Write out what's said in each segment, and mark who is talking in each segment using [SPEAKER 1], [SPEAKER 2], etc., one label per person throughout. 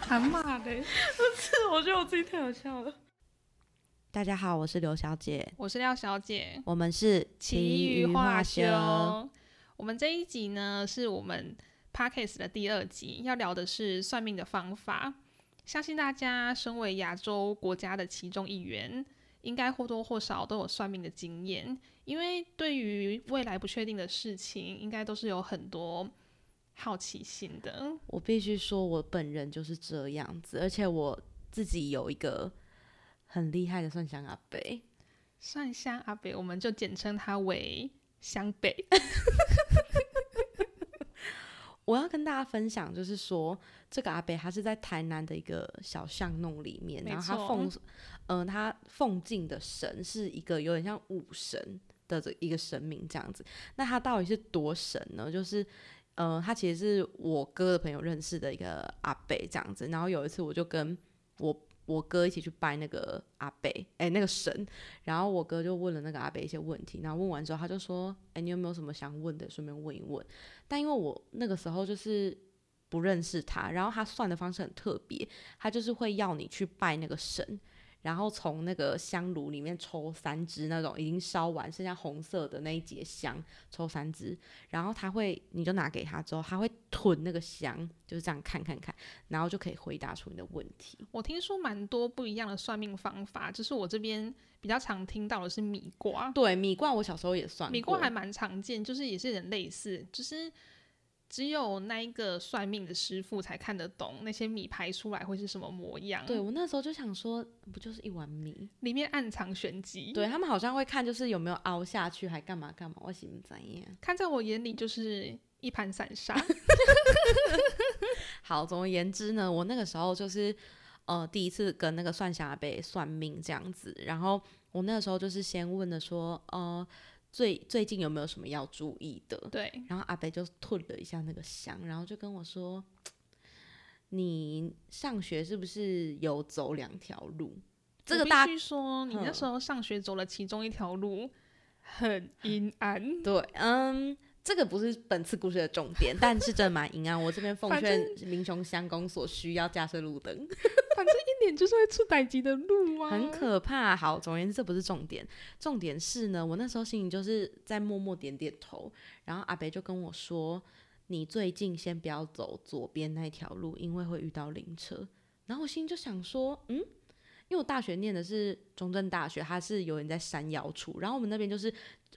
[SPEAKER 1] 喊骂的。
[SPEAKER 2] 是，我觉得我自己太好笑了。
[SPEAKER 3] 大家好，我是刘小姐，
[SPEAKER 2] 我是廖小姐，
[SPEAKER 3] 我们是
[SPEAKER 2] 奇遇化哦
[SPEAKER 3] 修。
[SPEAKER 2] 修。我们这一集呢，是我们 podcast 的第二集，要聊的是算命的方法。相信大家身为亚洲国家的其中一员，应该或多或少都有算命的经验，因为对于未来不确定的事情，应该都是有很多好奇心的。
[SPEAKER 3] 我必须说，我本人就是这样子，而且我自己有一个很厉害的蒜香阿北，
[SPEAKER 2] 蒜香阿北，我们就简称他为香北。
[SPEAKER 3] 我要跟大家分享，就是说这个阿北他是在台南的一个小巷弄里面，
[SPEAKER 2] 没
[SPEAKER 3] 然后他
[SPEAKER 2] 错
[SPEAKER 3] 奉，嗯、他奉敬的神是一个有点像武神的这一个神明这样子。那他到底是多神呢？就是。呃，他其实是我哥的朋友认识的一个阿北这样子，然后有一次我就跟我我哥一起去拜那个阿北，哎、那个神，然后我哥就问了那个阿北一些问题，然后问完之后他就说，哎、你有没有什么想问的，顺便问一问。但因为我那个时候就是不认识他，然后他算的方式很特别，他就是会要你去拜那个神，然后从那个香炉里面抽三支那种已经烧完剩下红色的那一节香，抽三支，然后他会你就拿给他之后，他会吞那个香，就是这样看看看，然后就可以回答出你的问题。
[SPEAKER 2] 我听说蛮多不一样的算命方法，就是我这边比较常听到的是米卦，
[SPEAKER 3] 对，米罐我小时候也算过，
[SPEAKER 2] 米卦还蛮常见，就是也是有点类似，就是只有那一个算命的师傅才看得懂那些米排出来会是什么模样，
[SPEAKER 3] 对，我那时候就想说，不就是一碗米？
[SPEAKER 2] 里面暗藏玄机。
[SPEAKER 3] 对他们好像会看，就是有没有凹下去，还干嘛干嘛，我行怎样？
[SPEAKER 2] 看在我眼里就是一盘散 沙。
[SPEAKER 3] 好，总而言之呢，我那个时候就是呃第一次跟那个算霞北算命这样子，然后我那个时候就是先问的说，呃，最最近有没有什么要注意的？
[SPEAKER 2] 对，
[SPEAKER 3] 然后阿北就吞了一下那个香，然后就跟我说，你上学是不是有走两条路？ 这个
[SPEAKER 2] 我
[SPEAKER 3] 大嗯
[SPEAKER 2] 必须说，你那时候上学走了其中一条路，很阴暗。
[SPEAKER 3] 对，嗯。这个不是本次故事的重点，但是真的蛮阴暗。我这边奉
[SPEAKER 2] 反
[SPEAKER 3] 劝民雄乡公所需要架设路灯。
[SPEAKER 2] 一点就是会出歹疾的路啊，
[SPEAKER 3] 很可怕。好，总而言之，这不是重点，重点是呢，我那时候心里就是在默默点点头，然后阿北就跟我说：“你最近先不要走左边那条路，因为会遇到灵车。”然后我心里就想说：“嗯。”因为我大学念的是中正大学，它是有人在山腰处，然后我们那边就是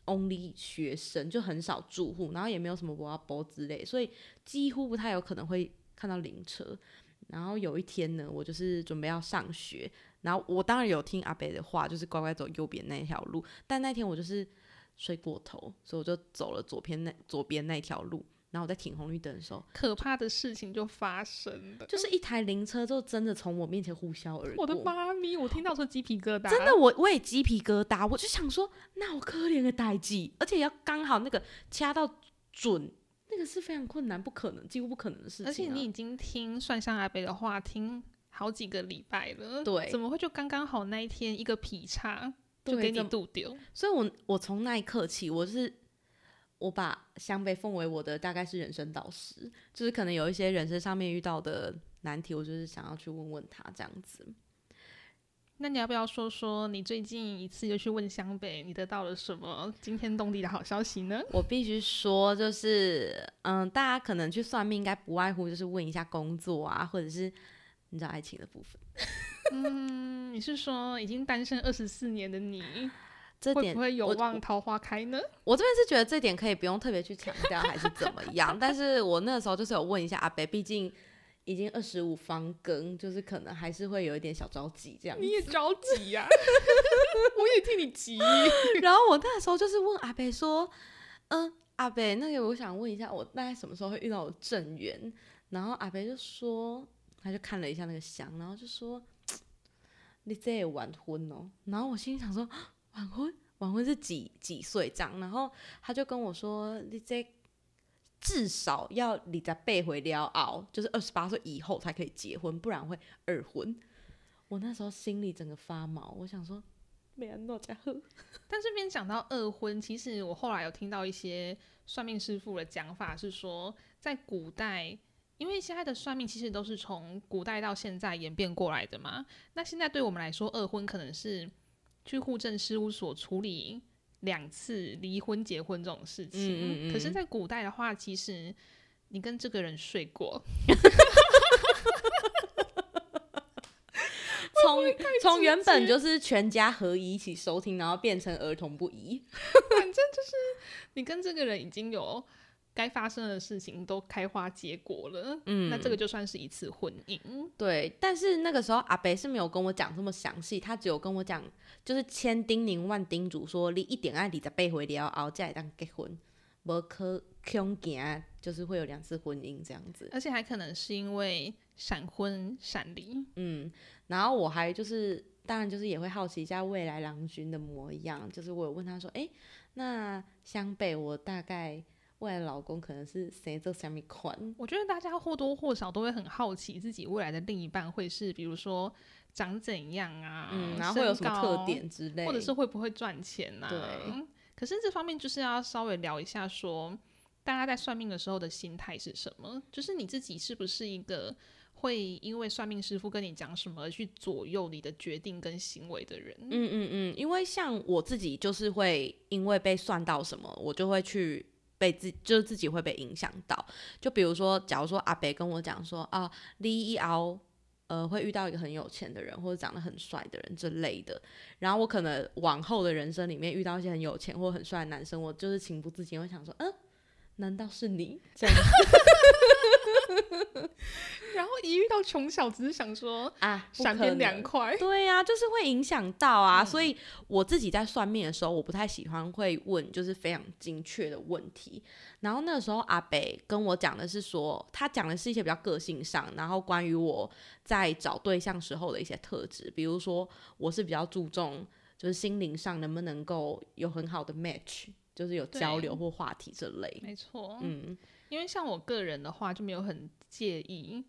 [SPEAKER 3] only 学生，就很少住户，然后也没有什么我要包之类，所以几乎不太有可能会看到灵车。然后有一天呢，我就是准备要上学，然后我当然有听阿北的话，就是乖乖走右边那条路。但那天我就是睡过头，所以我就走了左边那左边那条路。然后我在停红绿灯的时候，
[SPEAKER 2] 可怕的事情就发生了。
[SPEAKER 3] 就是一台灵车就真的从我面前呼啸而过。
[SPEAKER 2] 我的妈咪，我听到说鸡皮疙瘩，
[SPEAKER 3] 真的，我我也鸡皮疙瘩，我就想说，那我可怜的代际，而且要刚好那个掐到准，那个是非常困难，不可能，几乎不可能的事情啊、
[SPEAKER 2] 而且你已经听蒜香阿北的话听好几个礼拜了，
[SPEAKER 3] 对
[SPEAKER 2] 怎么会就刚刚好那一天一个劈叉就
[SPEAKER 3] 对
[SPEAKER 2] 给你
[SPEAKER 3] 怎么
[SPEAKER 2] 渡丢？
[SPEAKER 3] 所以我我从那一刻起，我是我把湘北奉为我的大概是人生导师，就是可能有一些人生上面遇到的难题，我就是想要去问问他这样子。
[SPEAKER 2] 那你要不要说说你最近一次又去问湘北，你得到了什么惊天动地的好消息呢？
[SPEAKER 3] 我必须说，就是嗯，大家可能去算命，应该不外乎就是问一下工作啊，或者是你知道爱情的部分。
[SPEAKER 2] 嗯，你是说已经单身二十四年的你，
[SPEAKER 3] 这
[SPEAKER 2] 会
[SPEAKER 3] 点
[SPEAKER 2] 不会有
[SPEAKER 3] 我
[SPEAKER 2] 望桃花开呢？
[SPEAKER 3] 我这边是觉得这点可以不用特别去强调，还是怎么样？ 但是我那时候就是有问一下阿北，毕竟已经二十五方更，就是可能还是会有一点小着急这样子。
[SPEAKER 2] 你也着急 呀、我也替你急。
[SPEAKER 3] 然后我那时候就是问阿北说：“嗯，阿北，那个我想问一下，我大概什么时候会遇到我正缘？”然后阿北就说，他就看了一下那个香，然后就说：“你这也晚婚哦。”然后我心里想说：“晚婚，晚婚是几几岁这样？”然后他就跟我说：“你这至少要你在背回了熬，就是二十八岁以后才可以结婚，不然会二婚。”我那时候心里整个发毛，我想说，没安诺家喝。
[SPEAKER 2] 但这边讲到二婚，其实我后来有听到一些算命师傅的讲法是说，在古代因为现在的算命其实都是从古代到现在演变过来的嘛。那现在对我们来说，二婚可能是去户政事务所处理两次离婚、结婚这种事情。
[SPEAKER 3] 嗯嗯嗯
[SPEAKER 2] 可是，在古代的话，其实你跟这个人睡过，
[SPEAKER 3] 从从原本就是全家合一一起收听，然后变成儿童不宜。
[SPEAKER 2] 你跟这个人已经有该发生的事情都开花结果了，
[SPEAKER 3] 嗯
[SPEAKER 2] 那这个就算是一次婚姻。
[SPEAKER 3] 对，但是那个时候阿北是没有跟我讲这么详细，他只有跟我讲，就是千叮咛万叮嘱说，你一点爱你十八回你要熬，才会当结婚，无可恐惊，就是会有两次婚姻这样子。
[SPEAKER 2] 而且还可能是因为闪婚闪离，
[SPEAKER 3] 嗯，然后我还就是，当然就是也会好奇一下未来郎君的模样。就是我有问他说，诶，那湘北我大概未来老公可能是谁做什么款？
[SPEAKER 2] 我觉得大家或多或少都会很好奇自己未来的另一半会是，比如说长怎样啊，
[SPEAKER 3] 嗯，然后会有什么
[SPEAKER 2] 身
[SPEAKER 3] 特
[SPEAKER 2] 高，
[SPEAKER 3] 点之类，
[SPEAKER 2] 或者是会不会赚钱啊？
[SPEAKER 3] 对。
[SPEAKER 2] 可是这方面就是要稍微聊一下说大家在算命的时候的心态是什么？就是你自己是不是一个会因为算命师傅跟你讲什么而去左右你的决定跟行为的人？
[SPEAKER 3] 嗯嗯嗯，因为像我自己就是会因为被算到什么，我就会去被自就是自己会被影响到。就比如说，假如说阿北跟我讲说啊，李一敖。呃，会遇到一个很有钱的人，或者长得很帅的人之类的。然后我可能往后的人生里面遇到一些很有钱或很帅的男生，我就是情不自禁会想说，嗯，难道是你？这样
[SPEAKER 2] 然后一遇到穷小子，想说
[SPEAKER 3] 啊，不
[SPEAKER 2] 闪
[SPEAKER 3] 可
[SPEAKER 2] 边
[SPEAKER 3] 能
[SPEAKER 2] 凉快。
[SPEAKER 3] 对呀、就是会影响到啊。所
[SPEAKER 2] 嗯
[SPEAKER 3] 以我自己在算命的时候，我不太喜欢会问就是非常精确的问题。然后那时候阿北跟我讲的是说，他讲的是一些比较个性上，然后关于我在找对象时候的一些特质，比如说我是比较注重就是心灵上能不能够有很好的 match，就是有交
[SPEAKER 2] 对
[SPEAKER 3] 流或话题之类。
[SPEAKER 2] 没错，
[SPEAKER 3] 嗯，
[SPEAKER 2] 因为像我个人的话，就没有很介意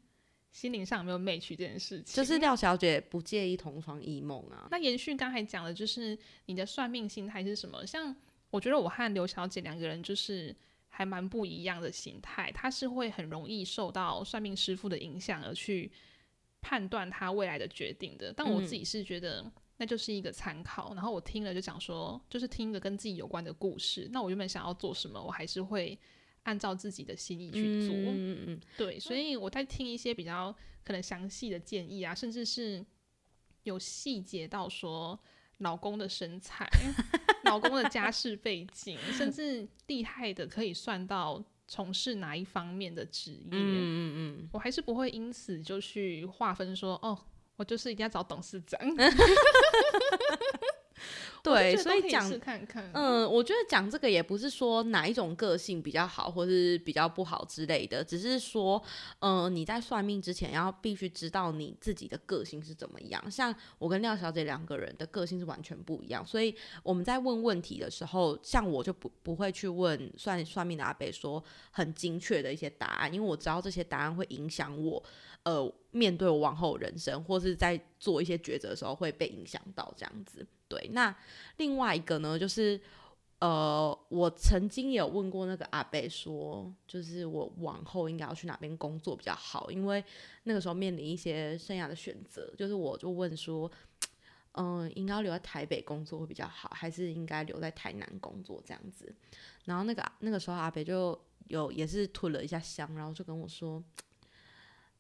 [SPEAKER 2] 心灵上有没有 match 这件事情。
[SPEAKER 3] 就是廖小姐不介意同床异梦啊。
[SPEAKER 2] 那延续刚才讲的，就是你的算命心态是什么？像我觉得我和刘小姐两个人就是还蛮不一样的心态，她是会很容易受到算命师傅的影响而去判断她未来的决定的。但我自己
[SPEAKER 3] 嗯
[SPEAKER 2] 是觉得那就是一个参考，然后我听了就想说，就是听一个跟自己有关的故事。那我原本想要做什么，我还是会按照自己的心意去做。
[SPEAKER 3] 嗯嗯嗯，
[SPEAKER 2] 对，所以我在听一些比较可能详细的建议啊，甚至是有细节到说老公的身 材、老公的家世背景，甚至厉害的可以算到从事哪一方面的职业。嗯嗯嗯，我还是不会因此就去划分说哦。我就是一定要找董事长，我就
[SPEAKER 3] 对，
[SPEAKER 2] 觉得
[SPEAKER 3] 所
[SPEAKER 2] 都
[SPEAKER 3] 以
[SPEAKER 2] 可
[SPEAKER 3] 讲
[SPEAKER 2] 试看看，
[SPEAKER 3] 嗯，我觉得讲这个也不是说哪一种个性比较好，或是比较不好之类的，只是说，嗯、你在算命之前要必须知道你自己的个性是怎么样。像我跟廖小姐两个人的个性是完全不一样，所以我们在问问题的时候，像我就不不会去问算算命的阿伯说很精确的一些答案，因为我知道这些答案会影响我，呃，面对我往后人生，或是在做一些抉择的时候会被影响到这样子。对，那另外一个呢，就是呃，我曾经也有问过那个阿贝说，就是我往后应该要去哪边工作比较好，因为那个时候面临一些生涯的选择，就是我就问说，嗯、应该要留在台北工作会比较好，还是应该留在台南工作这样子？然后那个那个时候阿北就有也是吞了一下香，然后就跟我说，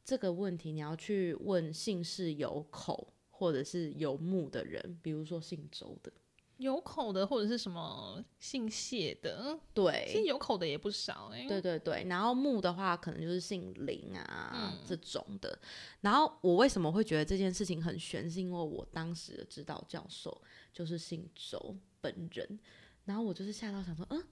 [SPEAKER 3] 这个问题你要去问姓氏有口或者是有木的人，比如说姓周的。
[SPEAKER 2] 有口的或者是什么姓谢的，
[SPEAKER 3] 对，
[SPEAKER 2] 其实有口的也不少哎、
[SPEAKER 3] 对对对，然后木的话，可能就是姓林啊、
[SPEAKER 2] 嗯
[SPEAKER 3] 这种的。然后我为什么会觉得这件事情很悬，是因为我当时的指导教授就是姓周本人，然后我就是吓到想说，嗯，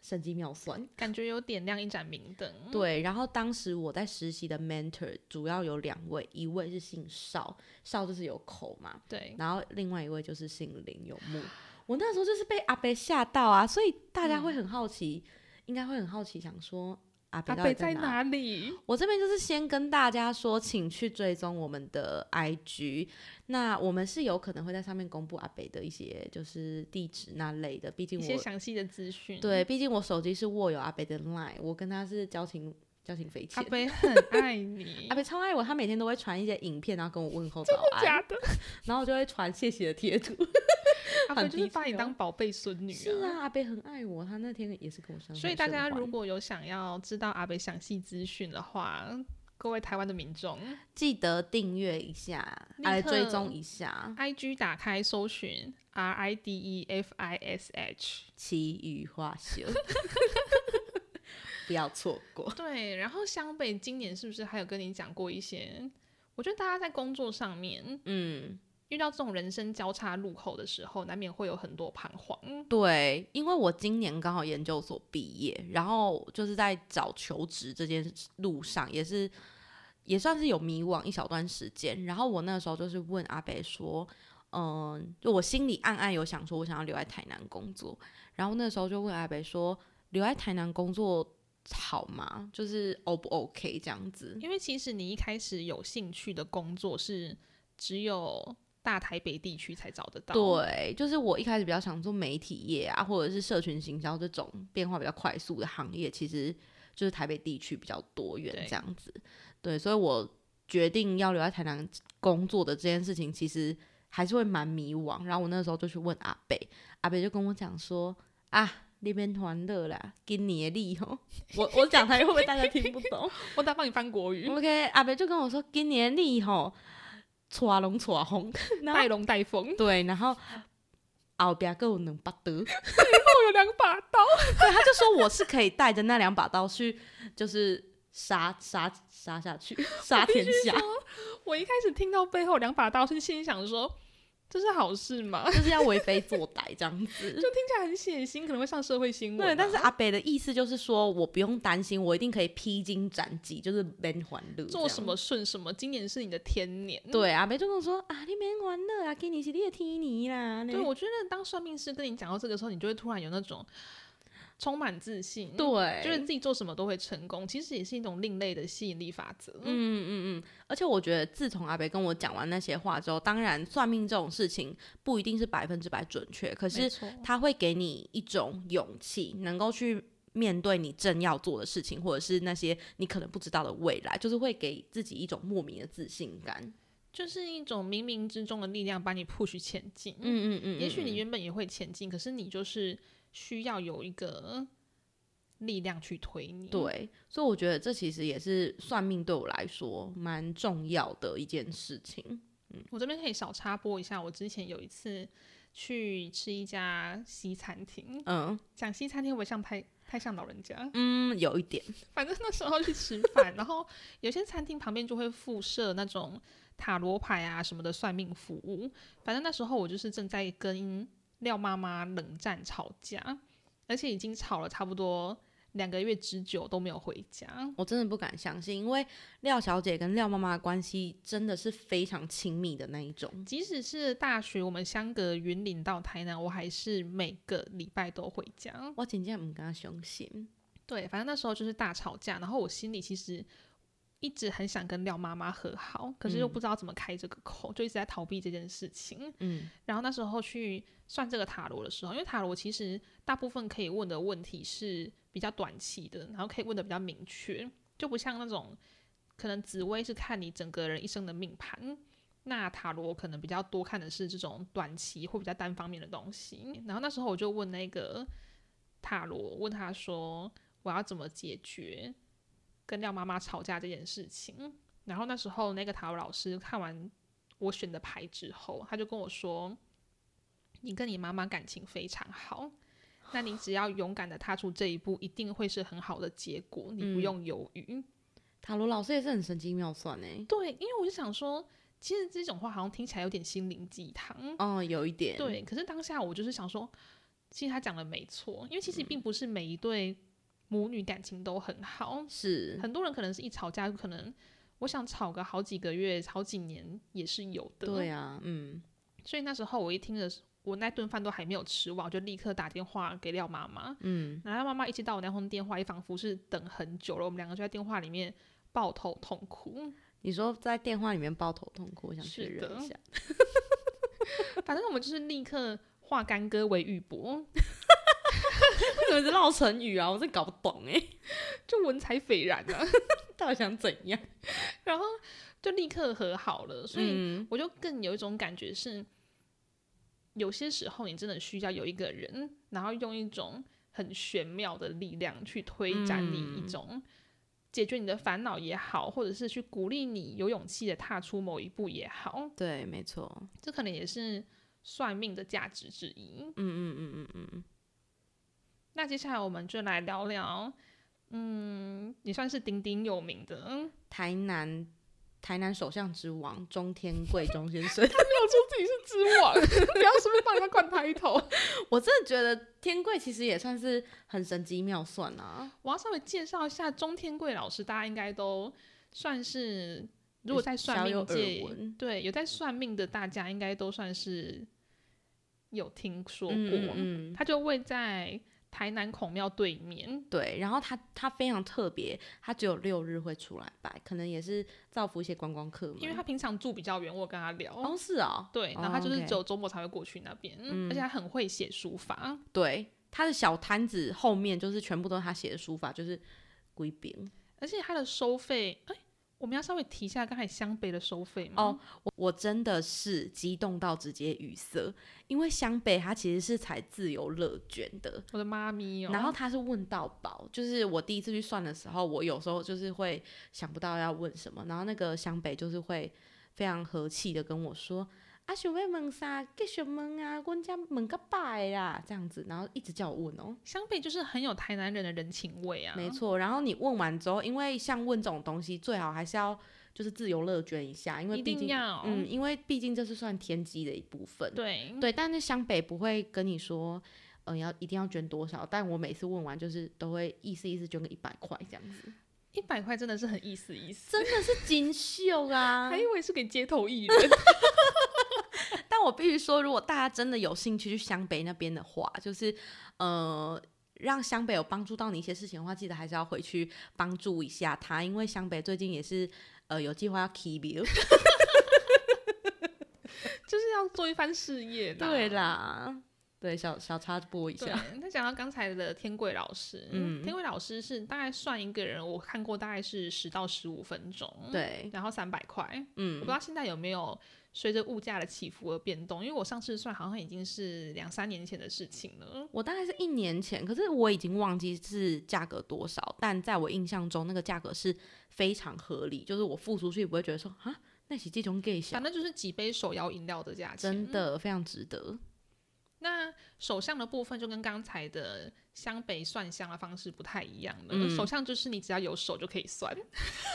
[SPEAKER 3] 神机妙算。
[SPEAKER 2] 感觉有点亮一盏明灯。
[SPEAKER 3] 对，然后当时我在实习的 mentor 主要有两位，一位是姓邵，邵就是有口嘛，
[SPEAKER 2] 对，
[SPEAKER 3] 然后另外一位就是姓林有木。我那时候就是被阿北吓到啊，所以大家会
[SPEAKER 2] 嗯
[SPEAKER 3] 很好奇，应该会很好奇，想说阿北
[SPEAKER 2] 阿
[SPEAKER 3] 到底
[SPEAKER 2] 北在
[SPEAKER 3] 哪？
[SPEAKER 2] 哪里？
[SPEAKER 3] 我这边就是先跟大家说，请去追踪我们的 IG，那我们是有可能会在上面公布阿北的一些就是地址那类的，毕竟
[SPEAKER 2] 一些
[SPEAKER 3] 我
[SPEAKER 2] 详细的资讯。
[SPEAKER 3] 对，毕竟我手机是握有阿北的 Line，我跟他是交情交情匪浅
[SPEAKER 2] 阿。 北很爱你
[SPEAKER 3] 阿，北超爱我，他每天都会传一些影片，然后跟我问候早安，
[SPEAKER 2] 假的，
[SPEAKER 3] 然后我就会传谢谢的贴图。
[SPEAKER 2] 阿北
[SPEAKER 3] 很
[SPEAKER 2] 就是
[SPEAKER 3] 低
[SPEAKER 2] 把你
[SPEAKER 3] 调
[SPEAKER 2] 当宝贝孙女
[SPEAKER 3] 是啊，阿北很爱我，他那天也是跟我相谈
[SPEAKER 2] 所以大
[SPEAKER 3] 甚
[SPEAKER 2] 家如
[SPEAKER 3] 欢
[SPEAKER 2] 果有想要知道阿北详细资讯的话，各位台湾的民众
[SPEAKER 3] 记得订阅一下，
[SPEAKER 2] 立
[SPEAKER 3] 来
[SPEAKER 2] 刻
[SPEAKER 3] 追踪一下。
[SPEAKER 2] ，IG 打开搜寻 R I D E F I S H。
[SPEAKER 3] 奇遇化 学， 不要错过。
[SPEAKER 2] 对，然后湘北今年是不是还有跟你讲过一些？我觉得大家在工作上面
[SPEAKER 3] 嗯，
[SPEAKER 2] 遇到这种人生交叉路口的时候，难免会有很多彷徨。
[SPEAKER 3] 对，因为我今年刚好研究所毕业，然后就是在找求职这件路上，也是也算是有迷惘一小段时间。然后我那时候就是问阿北说，嗯，就我心里暗暗有想说，我想要留在台南工作。然后那时候就问阿北说，留在台南工作好吗？就是 O 不 OK 这样子？
[SPEAKER 2] 因为其实你一开始有兴趣的工作是只有大台北地区才找得到，，
[SPEAKER 3] 对，就是我一开始比较想做媒体业啊，或者是社群行销这种变化比较快速的行业，其实就是台北地区比较多元
[SPEAKER 2] 对
[SPEAKER 3] 这样子。对，所以我决定要留在台南工作的这件事情，其实还是会蛮迷惘。然后我那时候就去问阿北，阿北就跟我讲说啊。那边团乐啦，今年力吼，我我讲台语会不会大家听不 懂？
[SPEAKER 2] 我打帮你翻国语，
[SPEAKER 3] OK，阿北就跟我说，今年力吼，抓龙抓红，然后
[SPEAKER 2] 带龙带凤，
[SPEAKER 3] 对，然后啊后边还有两把刀，
[SPEAKER 2] 我有两把刀，
[SPEAKER 3] 对， 他就说我是可以带着那两把刀去，就是杀杀杀下去，杀天下，
[SPEAKER 2] 我一开始听到背后两把刀，是心里想说，这是好事吗？
[SPEAKER 3] 就是要为非作歹这样子。
[SPEAKER 2] 就听起来很血腥，可能会上社会新闻啊、
[SPEAKER 3] 对，但是阿北的意思就是说，我不用担心，我一定可以披荆斩棘，就是免还乐。
[SPEAKER 2] 做什？么顺什么，今年是你的天年。
[SPEAKER 3] 对，阿北就跟我说啊，你免还乐啊，给你是你的天
[SPEAKER 2] 嗯
[SPEAKER 3] 年啦。
[SPEAKER 2] 对，我觉得当算命师跟你讲到这个时候，你就会突然有那种充满自信，，
[SPEAKER 3] 对，
[SPEAKER 2] 觉得自己做什么都会成功，其实也是一种另类的吸引力法则。嗯，
[SPEAKER 3] 嗯嗯嗯，而且我觉得自从阿北跟我讲完那些话之后，当然算命这种事情不一定是百分之百准确，可
[SPEAKER 2] 没
[SPEAKER 3] 是
[SPEAKER 2] 错
[SPEAKER 3] 他会给你一种勇气，能够去面对你正要做的事情，或者是那些你可能不知道的未来，就是会给自己一种莫名的自信感。
[SPEAKER 2] 就是一种冥冥之中的力量把你 push 前进。
[SPEAKER 3] 嗯嗯嗯
[SPEAKER 2] 也许你原本也会前进，可是你就是需要有一个力量去推你。，
[SPEAKER 3] 对，所以我觉得这其实也是算命对我来说蛮重要的一件事情。
[SPEAKER 2] 我这边可以小插播一下，我之前有一次去吃一家西餐厅，
[SPEAKER 3] 嗯
[SPEAKER 2] 讲西餐厅会不会像太太像老人家？
[SPEAKER 3] 嗯，有一点，
[SPEAKER 2] 反正那时候去吃饭， 然后有些餐厅旁边就会附设那种塔罗牌啊什么的算命服务。反正那时候我就是正在跟廖妈妈冷战吵架，而且已经吵了差不多两个月之久都没有回家。
[SPEAKER 3] 我真的不敢相信，因为廖小姐跟廖妈妈的关系真的是非常亲密的那一种。
[SPEAKER 2] 即使是大学，我们相隔云林到台南，我还是每个礼拜都回家。
[SPEAKER 3] 我真正唔敢相信，
[SPEAKER 2] 对，反正那时候就是大吵架，然后我心里其实一直很想跟廖妈妈和好，可是又
[SPEAKER 3] 嗯
[SPEAKER 2] 不知道怎么开这个口，就一直在逃避这件事情。
[SPEAKER 3] 嗯，
[SPEAKER 2] 然后那时候去算这个塔罗的时候，因为塔罗其实大部分可以问的问题是比较短期的，然后可以问的比较明确，就不像那种可能紫薇是看你整个人一生的命盘，那塔罗可能比较多看的是这种短期或比较单方面的东西。然后那时候我就问那个塔罗，问他说我要怎么解决跟廖妈妈吵架这件事情。然后那时候那个塔罗老师看完我选的牌之后，他就跟我说：“你跟你妈妈感情非常好，那你只要勇敢的踏出这一步，一定会是很好的结果，你不
[SPEAKER 3] 嗯
[SPEAKER 2] 用犹豫。
[SPEAKER 3] 塔罗老师也是很神机妙算欸呢、
[SPEAKER 2] 对，因为我就想说，其实这种话好像听起来有点心灵鸡汤，
[SPEAKER 3] 哦，有一点，，
[SPEAKER 2] 对。可是当下我就是想说，其实他讲的没错，因为其实
[SPEAKER 3] 嗯
[SPEAKER 2] 并不是每一对母女感情都很好，
[SPEAKER 3] 是，
[SPEAKER 2] 很多人可能是一吵架，可能我想吵个好几个月、好几年也是有的。
[SPEAKER 3] 对啊，嗯，
[SPEAKER 2] 所以那时候我一听的，我那顿饭都还没有吃完，我就立刻打电话给廖妈妈。嗯，然后廖妈妈一接到我那通电话，也仿佛是等很久了，我们两个就在电话里面抱头痛哭。
[SPEAKER 3] 你说在电话里面抱头痛哭，我想确
[SPEAKER 2] 是的
[SPEAKER 3] 认一下，
[SPEAKER 2] 反正我们就是立刻化干戈为玉帛，
[SPEAKER 3] 为什么一直绕成语啊？我真搞不懂哎、
[SPEAKER 2] 欸 就文采斐然啊，
[SPEAKER 3] 到底想怎样？
[SPEAKER 2] 然后就立刻和好了。所以
[SPEAKER 3] 嗯
[SPEAKER 2] 我就更有一种感觉是，有些时候你真的需要有一个人，然后用一种很玄妙的力量去推展你一种解决你的烦恼也好，或者是去鼓励你有勇气的踏出某一步也好，
[SPEAKER 3] 对，没错，
[SPEAKER 2] 这可能也是算命的价值之一。
[SPEAKER 3] 嗯嗯嗯嗯嗯嗯，
[SPEAKER 2] 那接下来我们就来聊聊，嗯，也算是鼎鼎有名的，嗯
[SPEAKER 3] 台南台南首相之王钟天贵钟先 生，
[SPEAKER 2] 自己是之 王，不要随便帮人家冠抬头。
[SPEAKER 3] 我真的觉得天贵其实也算是很神机妙算啊。
[SPEAKER 2] 我要稍微介绍一下钟天贵老师，大家应该都算是，如果在算
[SPEAKER 3] 小有
[SPEAKER 2] 命
[SPEAKER 3] 耳
[SPEAKER 2] 界，
[SPEAKER 3] 闻
[SPEAKER 2] 对有在算命的大家，应该都算是有听说过。
[SPEAKER 3] 嗯嗯嗯
[SPEAKER 2] 他就位在台南孔庙对面，
[SPEAKER 3] 对，然后他他非常特别，他只有六日会出来拜，可能也是造福一些观光客们。
[SPEAKER 2] 因为他平常住比较远，我有跟他聊。
[SPEAKER 3] 哦是哦，
[SPEAKER 2] 对，然后
[SPEAKER 3] 哦
[SPEAKER 2] 他就是
[SPEAKER 3] ，OK 嗯
[SPEAKER 2] 只有周末才会过去那边，而且他很会写书法，
[SPEAKER 3] 对，他的小摊子后面就是全部都是他写的书法，就是归饼。
[SPEAKER 2] 而且他的收费，哎，我们要稍微提一下刚才湘北的收费吗？
[SPEAKER 3] 哦，我我真的是激动到直接语塞，因为湘北它其实是采自由乐捐的，
[SPEAKER 2] 我的妈咪哦，
[SPEAKER 3] 然后他是问到饱，就是我第一次去算的时候，我有时候就是会想不到要问什么，然后那个湘北就是会非常和气的跟我说。啊，想要问啥？继续问啊，阮家问个拜啦，这样子，然后一直叫我问哦、
[SPEAKER 2] 湘北就是很有台南人的人情味啊，
[SPEAKER 3] 没错。然后你问完之后，因为像问这种东西，最好还是要就是自由乐捐一下，因为
[SPEAKER 2] 一
[SPEAKER 3] 毕
[SPEAKER 2] 定
[SPEAKER 3] 竟，
[SPEAKER 2] 要，
[SPEAKER 3] 嗯，因为毕竟这是算天机的一部分。
[SPEAKER 2] 对，
[SPEAKER 3] 对，但是湘北不会跟你说，嗯、要一定要捐多少。但我每次问完，就是都会意思意思捐个一百块这样子，
[SPEAKER 2] 一百块真的是很意思意思，
[SPEAKER 3] 真的是锦绣 啊
[SPEAKER 2] 还！以为是给街头艺 人，
[SPEAKER 3] 但我必须说，如果大家真的有兴趣去湘北那边的话，就是呃。让湘北有帮助到你一些事情的话，记得还是要回去帮助一下他，因为湘北最近也是呃有计划要 k e e
[SPEAKER 2] 就是要做一番事业的，啊
[SPEAKER 3] 对。啦， 对小小插播一
[SPEAKER 2] 对
[SPEAKER 3] 下，，
[SPEAKER 2] 那讲到刚才的天贵老师，
[SPEAKER 3] 嗯
[SPEAKER 2] 天贵老师是大概算一个人，我看过大概是十到十五分钟，，
[SPEAKER 3] 对，
[SPEAKER 2] 然后三百块，我不
[SPEAKER 3] 嗯
[SPEAKER 2] 知道现在有没有随着物价的起伏而变动，因为我上次算好像已经是两三年前的事情了。
[SPEAKER 3] 我大概是一年前，可是我已经忘记是价格多少，但在我印象中那个价格是非常合理，就是我付出去不会觉得说啊，那是这种 gay 小
[SPEAKER 2] 反，正就是几杯手摇饮料的价钱，
[SPEAKER 3] 啊
[SPEAKER 2] 嗯
[SPEAKER 3] 真。的非常值得。
[SPEAKER 2] 那手相的部分就跟刚才的湘北算相的方式不太一样了。
[SPEAKER 3] 嗯
[SPEAKER 2] 手相就是你只要有手就可以算，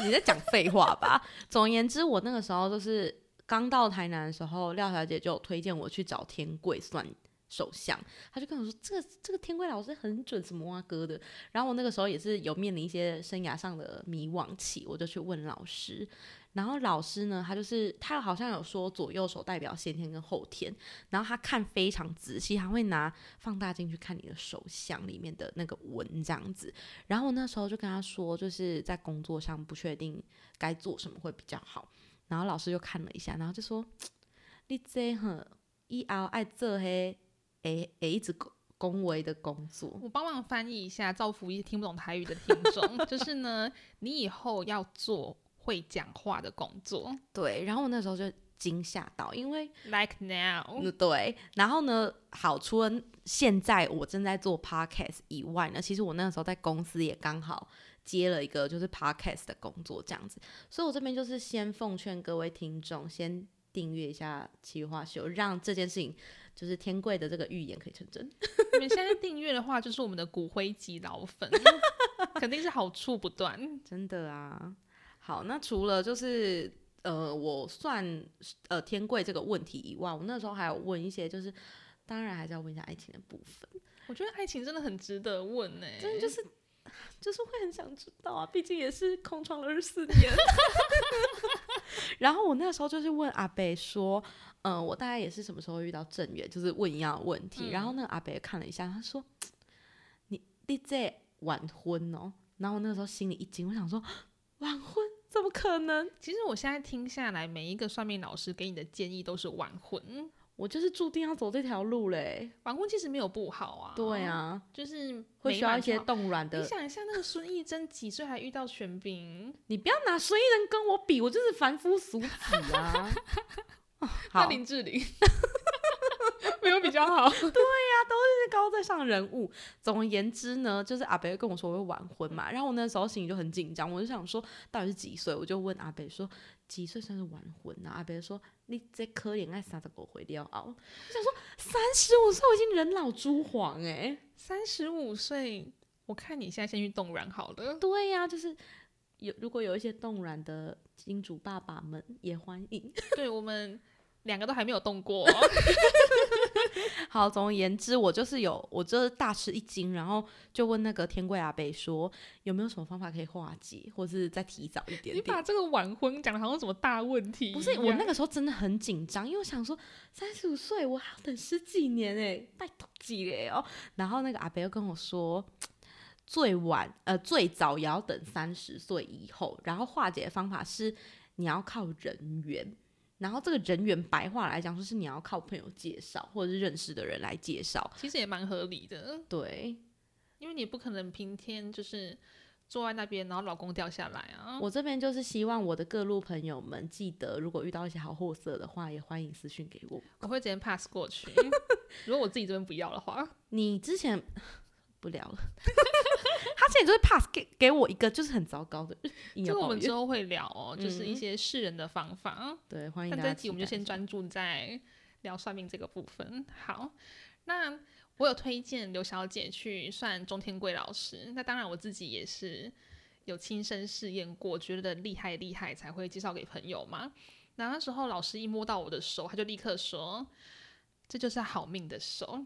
[SPEAKER 3] 你在讲废话吧？总而言之，我那个时候就是刚到台南的时候，廖小姐就有推荐我去找天贵算手相，她就跟我说这个这个天贵老师很准，什么啊哥的。然后我那个时候也是有面临一些生涯上的迷惘期，我就去问老师。然后老师呢，他就是他好像有说左右手代表先天跟后天，然后他看非常仔细，他会拿放大镜去看你的手相里面的那个纹这样子。然后我那时候就跟他说，就是在工作上不确定该做什么会比较好。然后老师就看了一下，然后就说：“你这很以后爱做黑诶诶一直恭恭维的工作。
[SPEAKER 2] 我帮忙翻译一下，造福一些听不懂台语的听 众。就是呢，你以后要做会讲话的工作”
[SPEAKER 3] 对，然后我那时候就惊吓到，因为
[SPEAKER 2] ，like now。
[SPEAKER 3] 嗯，对。然后呢，好，除了现在我正在做 podcast 以外呢，其实我那个时候在公司也刚好接了一个就是 podcast 的工作这样子，所以我这边就是先奉劝各位听众先。订阅一下《奇花秀》，让这件事情就是天贵的这个预言可以成真。
[SPEAKER 2] 你们现在订阅的话，就是我们的骨灰级老 粉，肯定是好处不断。
[SPEAKER 3] 真的啊。好，那除了就是呃，我算呃天贵这个问题以外，我那时候还有问一些，就是当然还是要问一下爱情的部分。
[SPEAKER 2] 我觉得爱情真的很值得问呢、欸
[SPEAKER 3] 真的就是就是会很想知道啊，毕竟也是空窗了二十四年。 然后我那时候就是问阿北说，嗯、我大概也是什么时候遇到正缘，就是问一样的问题。然后那个阿北看了一下，他说：“你你这晚婚哦。”然后我那时候心里一惊，我想说，晚婚怎么可能？
[SPEAKER 2] 其实我现在听下来，每一个算命老师给你的建议都是晚婚，
[SPEAKER 3] 我就是注定要走这条路嘞。
[SPEAKER 2] 王宫其实没有不好啊，
[SPEAKER 3] 对，啊，
[SPEAKER 2] 就是
[SPEAKER 3] 会
[SPEAKER 2] 美
[SPEAKER 3] 需要
[SPEAKER 2] 满
[SPEAKER 3] 一些
[SPEAKER 2] 就好
[SPEAKER 3] 冻卵的
[SPEAKER 2] 你。想一下，那个孙艺珍几岁还遇到玄彬？
[SPEAKER 3] 你不要拿孙艺人跟我比，我就是凡夫俗子啊。 哦好，
[SPEAKER 2] 那林志 玲没有比较好。
[SPEAKER 3] 是高在上人物。总而言之呢，就是阿北跟我说我会晚婚嘛，然后我那时候心里就很紧张，我就想说到底是几岁，我就问阿北说几岁算是晚婚啊？阿北说你这可怜爱三十狗回掉啊！我想说三十五岁我已经人老珠黄哎、
[SPEAKER 2] 三十五岁，我看你现在先去冻卵好了。
[SPEAKER 3] 对呀、就是有如果有一些冻卵的金主爸爸们也欢迎。
[SPEAKER 2] 对我们两个都还没有动过，哦
[SPEAKER 3] 好，总而言之，我就是有，我就是大吃一惊，然后就问那个天贵阿北说有没有什么方法可以化解，或是再提早一点
[SPEAKER 2] 你
[SPEAKER 3] 点
[SPEAKER 2] 把。这个晚婚讲的好像什么大问题一
[SPEAKER 3] 不
[SPEAKER 2] 样。
[SPEAKER 3] 是我那个时候真的很紧张，因为我想说三十五岁我还要等十几年哎、拜托几年哦。然后那个阿伯又跟我说，最晚呃最早也要等三十岁以后，然后化解的方法是你要靠人缘。然后这个人缘白话来讲，就是你要靠朋友介绍或者是认识的人来介绍。
[SPEAKER 2] 其实也蛮合理的，
[SPEAKER 3] 对、
[SPEAKER 2] 因为你不可能平天就是坐在那边，然后老公掉下来啊。
[SPEAKER 3] 嗯我这边就是希望我的各路朋友们记得，如果遇到一些好货色的话，也欢迎私讯给我。
[SPEAKER 2] 我会直接 pass 过 去。如果我自己这边不要的话，
[SPEAKER 3] 你之前 不聊了， 他之前就是 pass 给给我一个就是很糟糕的，硬
[SPEAKER 2] 这
[SPEAKER 3] 要
[SPEAKER 2] 个我
[SPEAKER 3] 抱
[SPEAKER 2] 们之
[SPEAKER 3] 怨。
[SPEAKER 2] 后会聊哦，就是一
[SPEAKER 3] 嗯
[SPEAKER 2] 些世人的方法。啊
[SPEAKER 3] 对，欢迎
[SPEAKER 2] 但
[SPEAKER 3] 大
[SPEAKER 2] 这
[SPEAKER 3] 家
[SPEAKER 2] 一
[SPEAKER 3] 期
[SPEAKER 2] 集
[SPEAKER 3] 待一下。
[SPEAKER 2] 我们就先专注在聊算命这个部分。好，那我有推荐刘小姐去算中天贵老师，那当然我自己也是有亲身试验过，觉得厉害厉害才会介绍给朋友嘛。那那时候老师一摸到我的手，他就立刻说：“这就是好命的手。”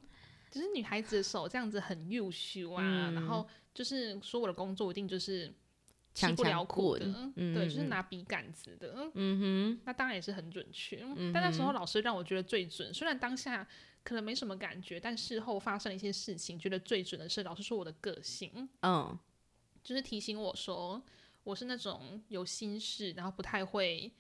[SPEAKER 2] 只是女孩子的手这样子很优秀啊，
[SPEAKER 3] 嗯
[SPEAKER 2] 然后就是说我的工作一定就是吃
[SPEAKER 3] 强
[SPEAKER 2] 不了
[SPEAKER 3] 强
[SPEAKER 2] 苦的，
[SPEAKER 3] 棍，嗯
[SPEAKER 2] 对，就是
[SPEAKER 3] 嗯
[SPEAKER 2] 拿笔杆子的，
[SPEAKER 3] 嗯
[SPEAKER 2] 那当然也是很准确。但那时候老师让我觉得最准，虽然当下可能没什么感觉，但事后发生了一些事情，觉得最准的是老师说我的个性，
[SPEAKER 3] 哼，嗯，
[SPEAKER 2] 就是提醒我说我是那种有心事，然后不太会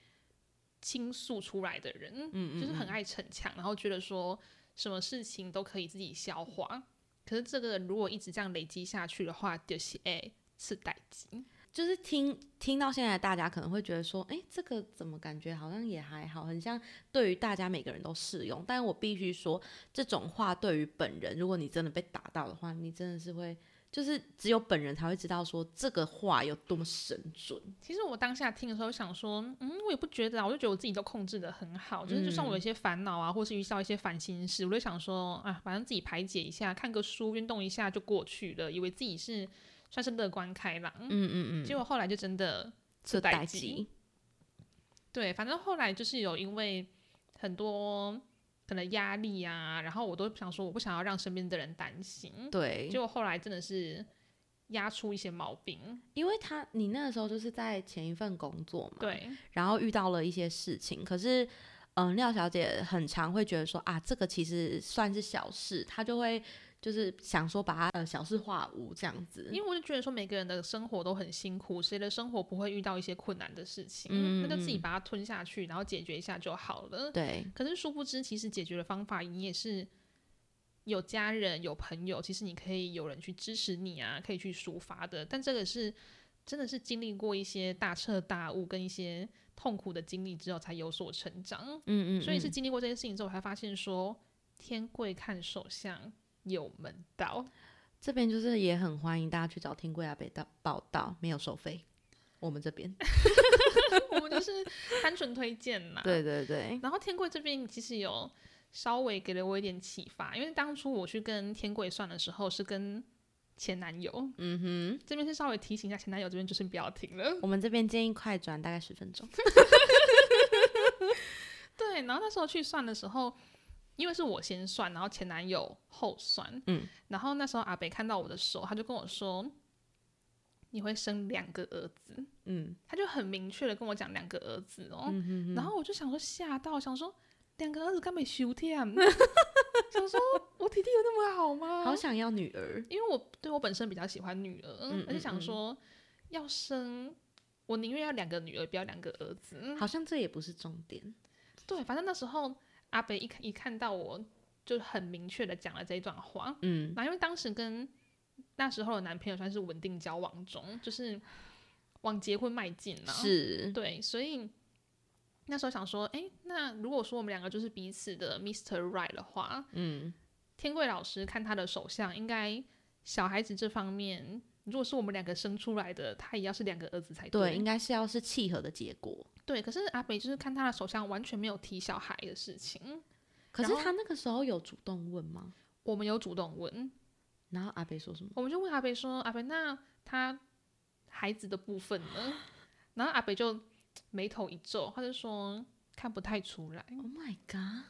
[SPEAKER 2] 倾诉出来的人，
[SPEAKER 3] 嗯
[SPEAKER 2] 就是很爱逞强，然后觉得说什么事情都可以自己消化。可是这个如果一直这样累积下去的话，就是哎、是代金。
[SPEAKER 3] 就是听听到现在，大家可能会觉得说，哎，这个怎么感觉好像也还好，很像对于大家每个人都适用。但我必须说，这种话对于本人，如果你真的被打到的话，你真的是会，就是只有本人才会知道说这个话有多么神准。
[SPEAKER 2] 其实我当下听的时候想说，嗯，我也不觉得啊，我就觉得我自己都控制的很好，就是就算我有一些烦恼啊，或是遇到一些烦心事，我就想说啊，反正自己排解一下，看个书，运动一下就过去了，以为自己是算是乐观开朗，
[SPEAKER 3] 嗯嗯嗯，
[SPEAKER 2] 结果后来就真的
[SPEAKER 3] 这
[SPEAKER 2] 代
[SPEAKER 3] 代
[SPEAKER 2] 际
[SPEAKER 3] 际
[SPEAKER 2] 对，反正后来就是有因为很多可能压力啊，然后我都想说我不想要让身边的人担心，
[SPEAKER 3] 对，
[SPEAKER 2] 结果后来真的是压出一些毛病，
[SPEAKER 3] 因为他你那个时候就是在前一份工作嘛，，
[SPEAKER 2] 对。
[SPEAKER 3] 然后遇到了一些事情，可是。嗯，廖小姐很常会觉得说啊，这个其实算是小事，她就会就是想说把它呃小事化无这样子。
[SPEAKER 2] 因为我就觉得说每个人的生活都很辛苦，谁的生活不会遇到一些困难的事情？
[SPEAKER 3] 嗯
[SPEAKER 2] 那就自己
[SPEAKER 3] 嗯
[SPEAKER 2] 把它吞下去，然后解决一下就好了。
[SPEAKER 3] 对，
[SPEAKER 2] 可是殊不知，其实解决的方法你也是有家人、有朋友，其实你可以有人去支持你啊，可以去抒发的。但这个是真的是经历过一些大彻大悟跟一些痛苦的经历之后，才有所成长。
[SPEAKER 3] 嗯嗯，
[SPEAKER 2] 所以是
[SPEAKER 3] 嗯
[SPEAKER 2] 经历过这些事情之后，我才发现说天贵看手相有门道。
[SPEAKER 3] 这边就是也很欢迎大家去找天贵阿北道报道，没有收费，我们这 边。
[SPEAKER 2] 我们就是单纯推荐啦。
[SPEAKER 3] 对。对对，
[SPEAKER 2] 然后天贵这边其实有稍微给了我一点启发，因为当初我去跟天贵算的时候是跟前男友，
[SPEAKER 3] 嗯
[SPEAKER 2] 这边是稍微提醒一下前男友，这边就是不要听了
[SPEAKER 3] 哼，。我们这边建议快转大概十分钟。
[SPEAKER 2] 对，然后那时候去算的时候，因为是我先算，然后前男友后算，
[SPEAKER 3] 嗯，
[SPEAKER 2] 然后那时候阿北看到我的手，他就跟我说：“你会生两个儿子。”
[SPEAKER 3] 嗯，
[SPEAKER 2] 他就很明确的跟我讲两个儿子哦，然后我就想说吓到，想说两个儿子根本休天，啊 想说我体力有那么好吗？
[SPEAKER 3] 好想要女儿。
[SPEAKER 2] 因为我对我本身比较喜欢女儿，
[SPEAKER 3] 嗯
[SPEAKER 2] 而且
[SPEAKER 3] 嗯
[SPEAKER 2] 想
[SPEAKER 3] 嗯
[SPEAKER 2] 说要生，我宁愿要两个女儿，不要两个儿子。
[SPEAKER 3] 好像这也不是重点。
[SPEAKER 2] 对，反正那时候阿北一看一看到我，就很明确的讲了这一段话。
[SPEAKER 3] 嗯，
[SPEAKER 2] 那因为当时跟那时候的男朋友算是稳定交往中，就是往结婚迈进了。
[SPEAKER 3] 嗯是，
[SPEAKER 2] 对，所以那时候想说，诶，那如果说我们两个就是彼此的 Mr. Right 的话，
[SPEAKER 3] 嗯，
[SPEAKER 2] 天贵老师看他的手相，应该小孩子这方面，如果是我们两个生出来的，他也要是两个儿子才
[SPEAKER 3] 对，
[SPEAKER 2] 对。
[SPEAKER 3] 应该是要是契合的结果。
[SPEAKER 2] 对可是阿北就是看他的手相，完全没有提小孩的事情。
[SPEAKER 3] 可是
[SPEAKER 2] 然后
[SPEAKER 3] 他那个时候有主动问吗？
[SPEAKER 2] 我们有主动问，
[SPEAKER 3] 然后阿北说什么？
[SPEAKER 2] 我们就问阿北说：“阿北，那他孩子的部分呢？” 然后阿北就眉头一皱，他就说：“看不太出来。
[SPEAKER 3] Oh my god！”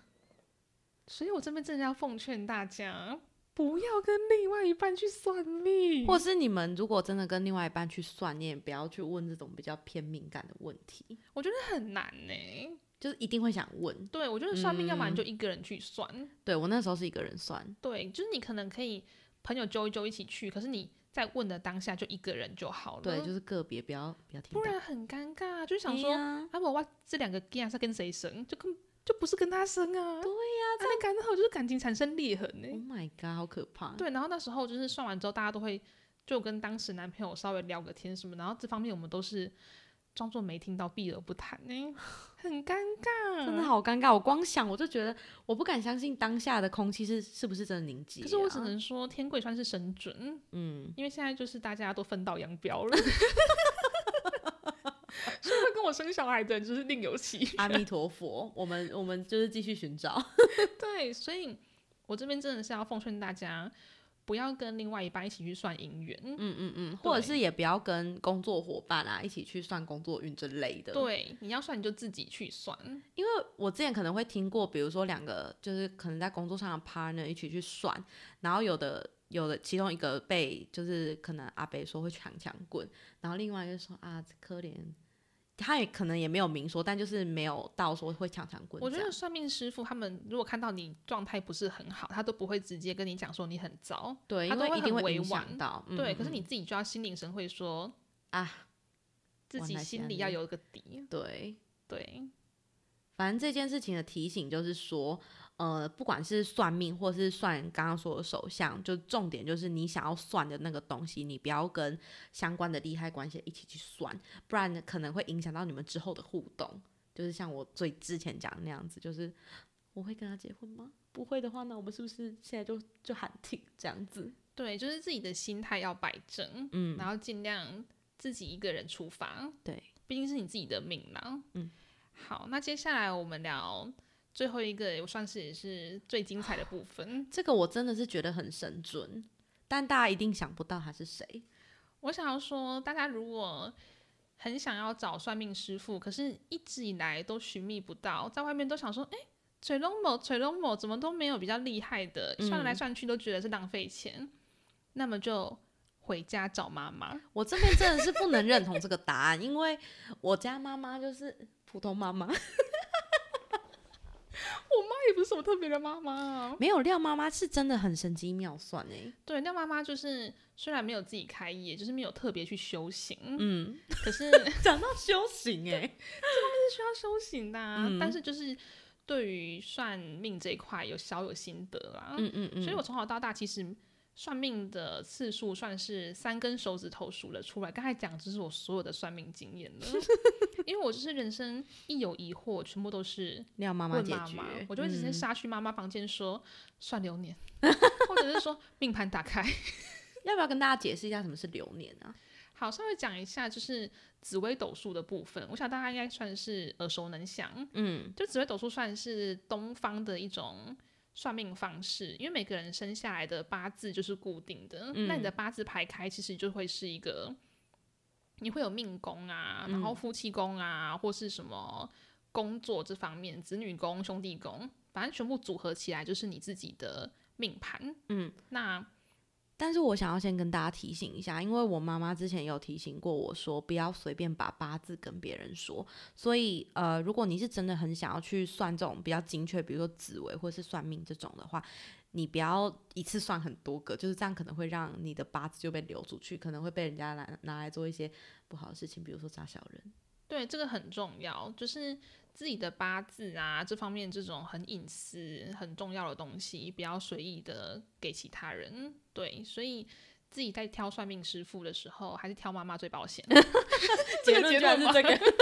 [SPEAKER 2] 所以我这边真的要奉劝大家，不要跟另外一半去算命。
[SPEAKER 3] 或是你们如果真的跟另外一半去算，你也不要去问这种比较偏敏感的问题，
[SPEAKER 2] 我觉得很难呢、
[SPEAKER 3] 就是一定会想问。
[SPEAKER 2] 对我觉得算命，要不
[SPEAKER 3] 嗯
[SPEAKER 2] 然就一个人去算，
[SPEAKER 3] 对我那时候是一个人算，
[SPEAKER 2] 对，就是你可能可以朋友揪一揪一起去，可是你在问的当下就一个人就好了，
[SPEAKER 3] 对，就是个别，不要嗯不要听
[SPEAKER 2] 不
[SPEAKER 3] 到。
[SPEAKER 2] 然很尴尬。就想说，
[SPEAKER 3] 哎呀
[SPEAKER 2] 啊，我哇，这两个 g a 是跟谁生？就跟就不是跟他生啊。对呀、啊，那感好就是感情产生裂痕呢、
[SPEAKER 3] Oh my god，好可怕！
[SPEAKER 2] 对，然后那时候就是算完之后，大家都会就跟当时男朋友稍微聊个天什么，然后这方面我们都是装作没听到，避而不谈呢、很尴尬。
[SPEAKER 3] 真的好尴尬。我光想我就觉得，我不敢相信当下的空气是是不是真的凝结、啊。
[SPEAKER 2] 可是我只能说，天贵算是神准，
[SPEAKER 3] 嗯，
[SPEAKER 2] 因为现在就是大家都分道扬镳了。 所以会跟我生小孩的人就是另有 其人
[SPEAKER 3] 阿弥陀佛，我们我们就是继续寻找。
[SPEAKER 2] 对，所以我这边真的是要奉劝大家，不要跟另外一半一起去算姻缘。
[SPEAKER 3] 嗯嗯嗯，或者是也不要跟工作伙伴啊一起去算工作运之类的。，
[SPEAKER 2] 对，你要算你就自己去算。
[SPEAKER 3] 因为我之前可能会听过，比如说两个就是可能在工作上的 partner 一起去算，然后有的有的其中一个被就是可能阿北说会强强棍，然后另外一个说啊可怜，他也可能也没有明说，但就是没有到说会强强棍这
[SPEAKER 2] 我
[SPEAKER 3] 样。
[SPEAKER 2] 觉得算命师傅他们如果看到你状态不是很好，他都不会直接跟你讲说你很糟。
[SPEAKER 3] 对，
[SPEAKER 2] 他
[SPEAKER 3] 因
[SPEAKER 2] 都
[SPEAKER 3] 为
[SPEAKER 2] 会
[SPEAKER 3] 一定
[SPEAKER 2] 很
[SPEAKER 3] 会
[SPEAKER 2] 委
[SPEAKER 3] 影响
[SPEAKER 2] 婉
[SPEAKER 3] 到。嗯
[SPEAKER 2] 对，
[SPEAKER 3] 嗯
[SPEAKER 2] 可是你
[SPEAKER 3] 嗯
[SPEAKER 2] 自己就要心领神会说
[SPEAKER 3] 啊，
[SPEAKER 2] 自
[SPEAKER 3] 我
[SPEAKER 2] 己
[SPEAKER 3] 来
[SPEAKER 2] 心
[SPEAKER 3] 想
[SPEAKER 2] 里要
[SPEAKER 3] 你
[SPEAKER 2] 有个底。
[SPEAKER 3] 对，
[SPEAKER 2] 对，
[SPEAKER 3] 反正这件事情的提醒就是说，呃，不管是算命或是算刚刚说的手相，就重点就是你想要算的那个东西，你不要跟相关的利害关系一起去算，不然可能会影响到你们之后的互动。就是像我最之前讲的那样子，就是我会跟他结婚吗？不会的话，那我们是不是现在就就喊停这样子？
[SPEAKER 2] 对，就是自己的心态要摆正，
[SPEAKER 3] 嗯
[SPEAKER 2] 然后尽量自己一个人出发。
[SPEAKER 3] 对，
[SPEAKER 2] 毕竟是你自己的命啦。
[SPEAKER 3] 嗯，
[SPEAKER 2] 好，那接下来我们聊最后一个，也算是也是最精彩的部分。
[SPEAKER 3] 这个我真的是觉得很神准，但大家一定想不到他是谁。
[SPEAKER 2] 我想要说，大家如果很想要找算命师傅，可是一直以来都寻觅不到，在外面都想说，哎、水龙某水龙某怎么都没有比较厉害的，算来算去都觉得是浪费钱，那么就回家找妈妈。
[SPEAKER 3] 我这边真的是不能认同这个答案，因为我家妈妈就是普通妈 妈，
[SPEAKER 2] 她也不是什么特别的妈妈啊、
[SPEAKER 3] 没有廖妈妈是真的很神机妙算哎、
[SPEAKER 2] 对，那妈妈就是虽然没有自己开业，就是没有特别去修行，
[SPEAKER 3] 嗯，
[SPEAKER 2] 可 是是
[SPEAKER 3] 讲到修行哎、
[SPEAKER 2] 需要修行的、啊。但是就是对于算命这一块有小有心得啊啦。
[SPEAKER 3] 嗯嗯嗯，
[SPEAKER 2] 所以我从小到大其实算命的次数算是三根手指头数得出来。刚才讲就是我所有的算命经验 了，因为我就是人生一有疑惑，全部都是
[SPEAKER 3] 廖妈妈
[SPEAKER 2] 问
[SPEAKER 3] 解
[SPEAKER 2] 妈
[SPEAKER 3] 决，
[SPEAKER 2] 妈，我就会直接
[SPEAKER 3] 嗯
[SPEAKER 2] 杀去妈妈房间说、 算流年，或者是说命盘打开。
[SPEAKER 3] 要不要跟大家解释一下什么是流年啊？
[SPEAKER 2] 好，稍微讲一下就是紫微斗数的部分，我想大家应该算是耳熟能详。
[SPEAKER 3] 嗯，
[SPEAKER 2] 就紫微斗数算是东方的一种算命方式，因为每个人生下来的八字就是固定的，那你的八字排开，其实就会是一个，你会有命宫啊，然后夫妻宫啊，或是什么工作这方面，子女宫、兄弟宫，反正全部组合起来就是你自己的命盘。
[SPEAKER 3] 嗯，
[SPEAKER 2] 那
[SPEAKER 3] 但是我想要先跟大家提醒一下，因为我妈妈之前有提醒过我说，不要随便把八字跟别人说。所以，呃，如果你是真的很想要去算这种比较精确，比如说紫微或是算命这种的话，你不要一次算很多个，就是这样可能会让你的八字就被流出去，可能会被人 家拿拿来做一些不好的事情，比如说扎小人。
[SPEAKER 2] 对，这个很重要，就是自己的八字啊这方面这种很隐私、很重要的东西，不要随意的给其他人。对，所以自己在挑算命师傅的时候，还是挑妈妈最保险。 这个
[SPEAKER 3] 结论
[SPEAKER 2] 结
[SPEAKER 3] 居
[SPEAKER 2] 论
[SPEAKER 3] 然是
[SPEAKER 2] 吗
[SPEAKER 3] 这个。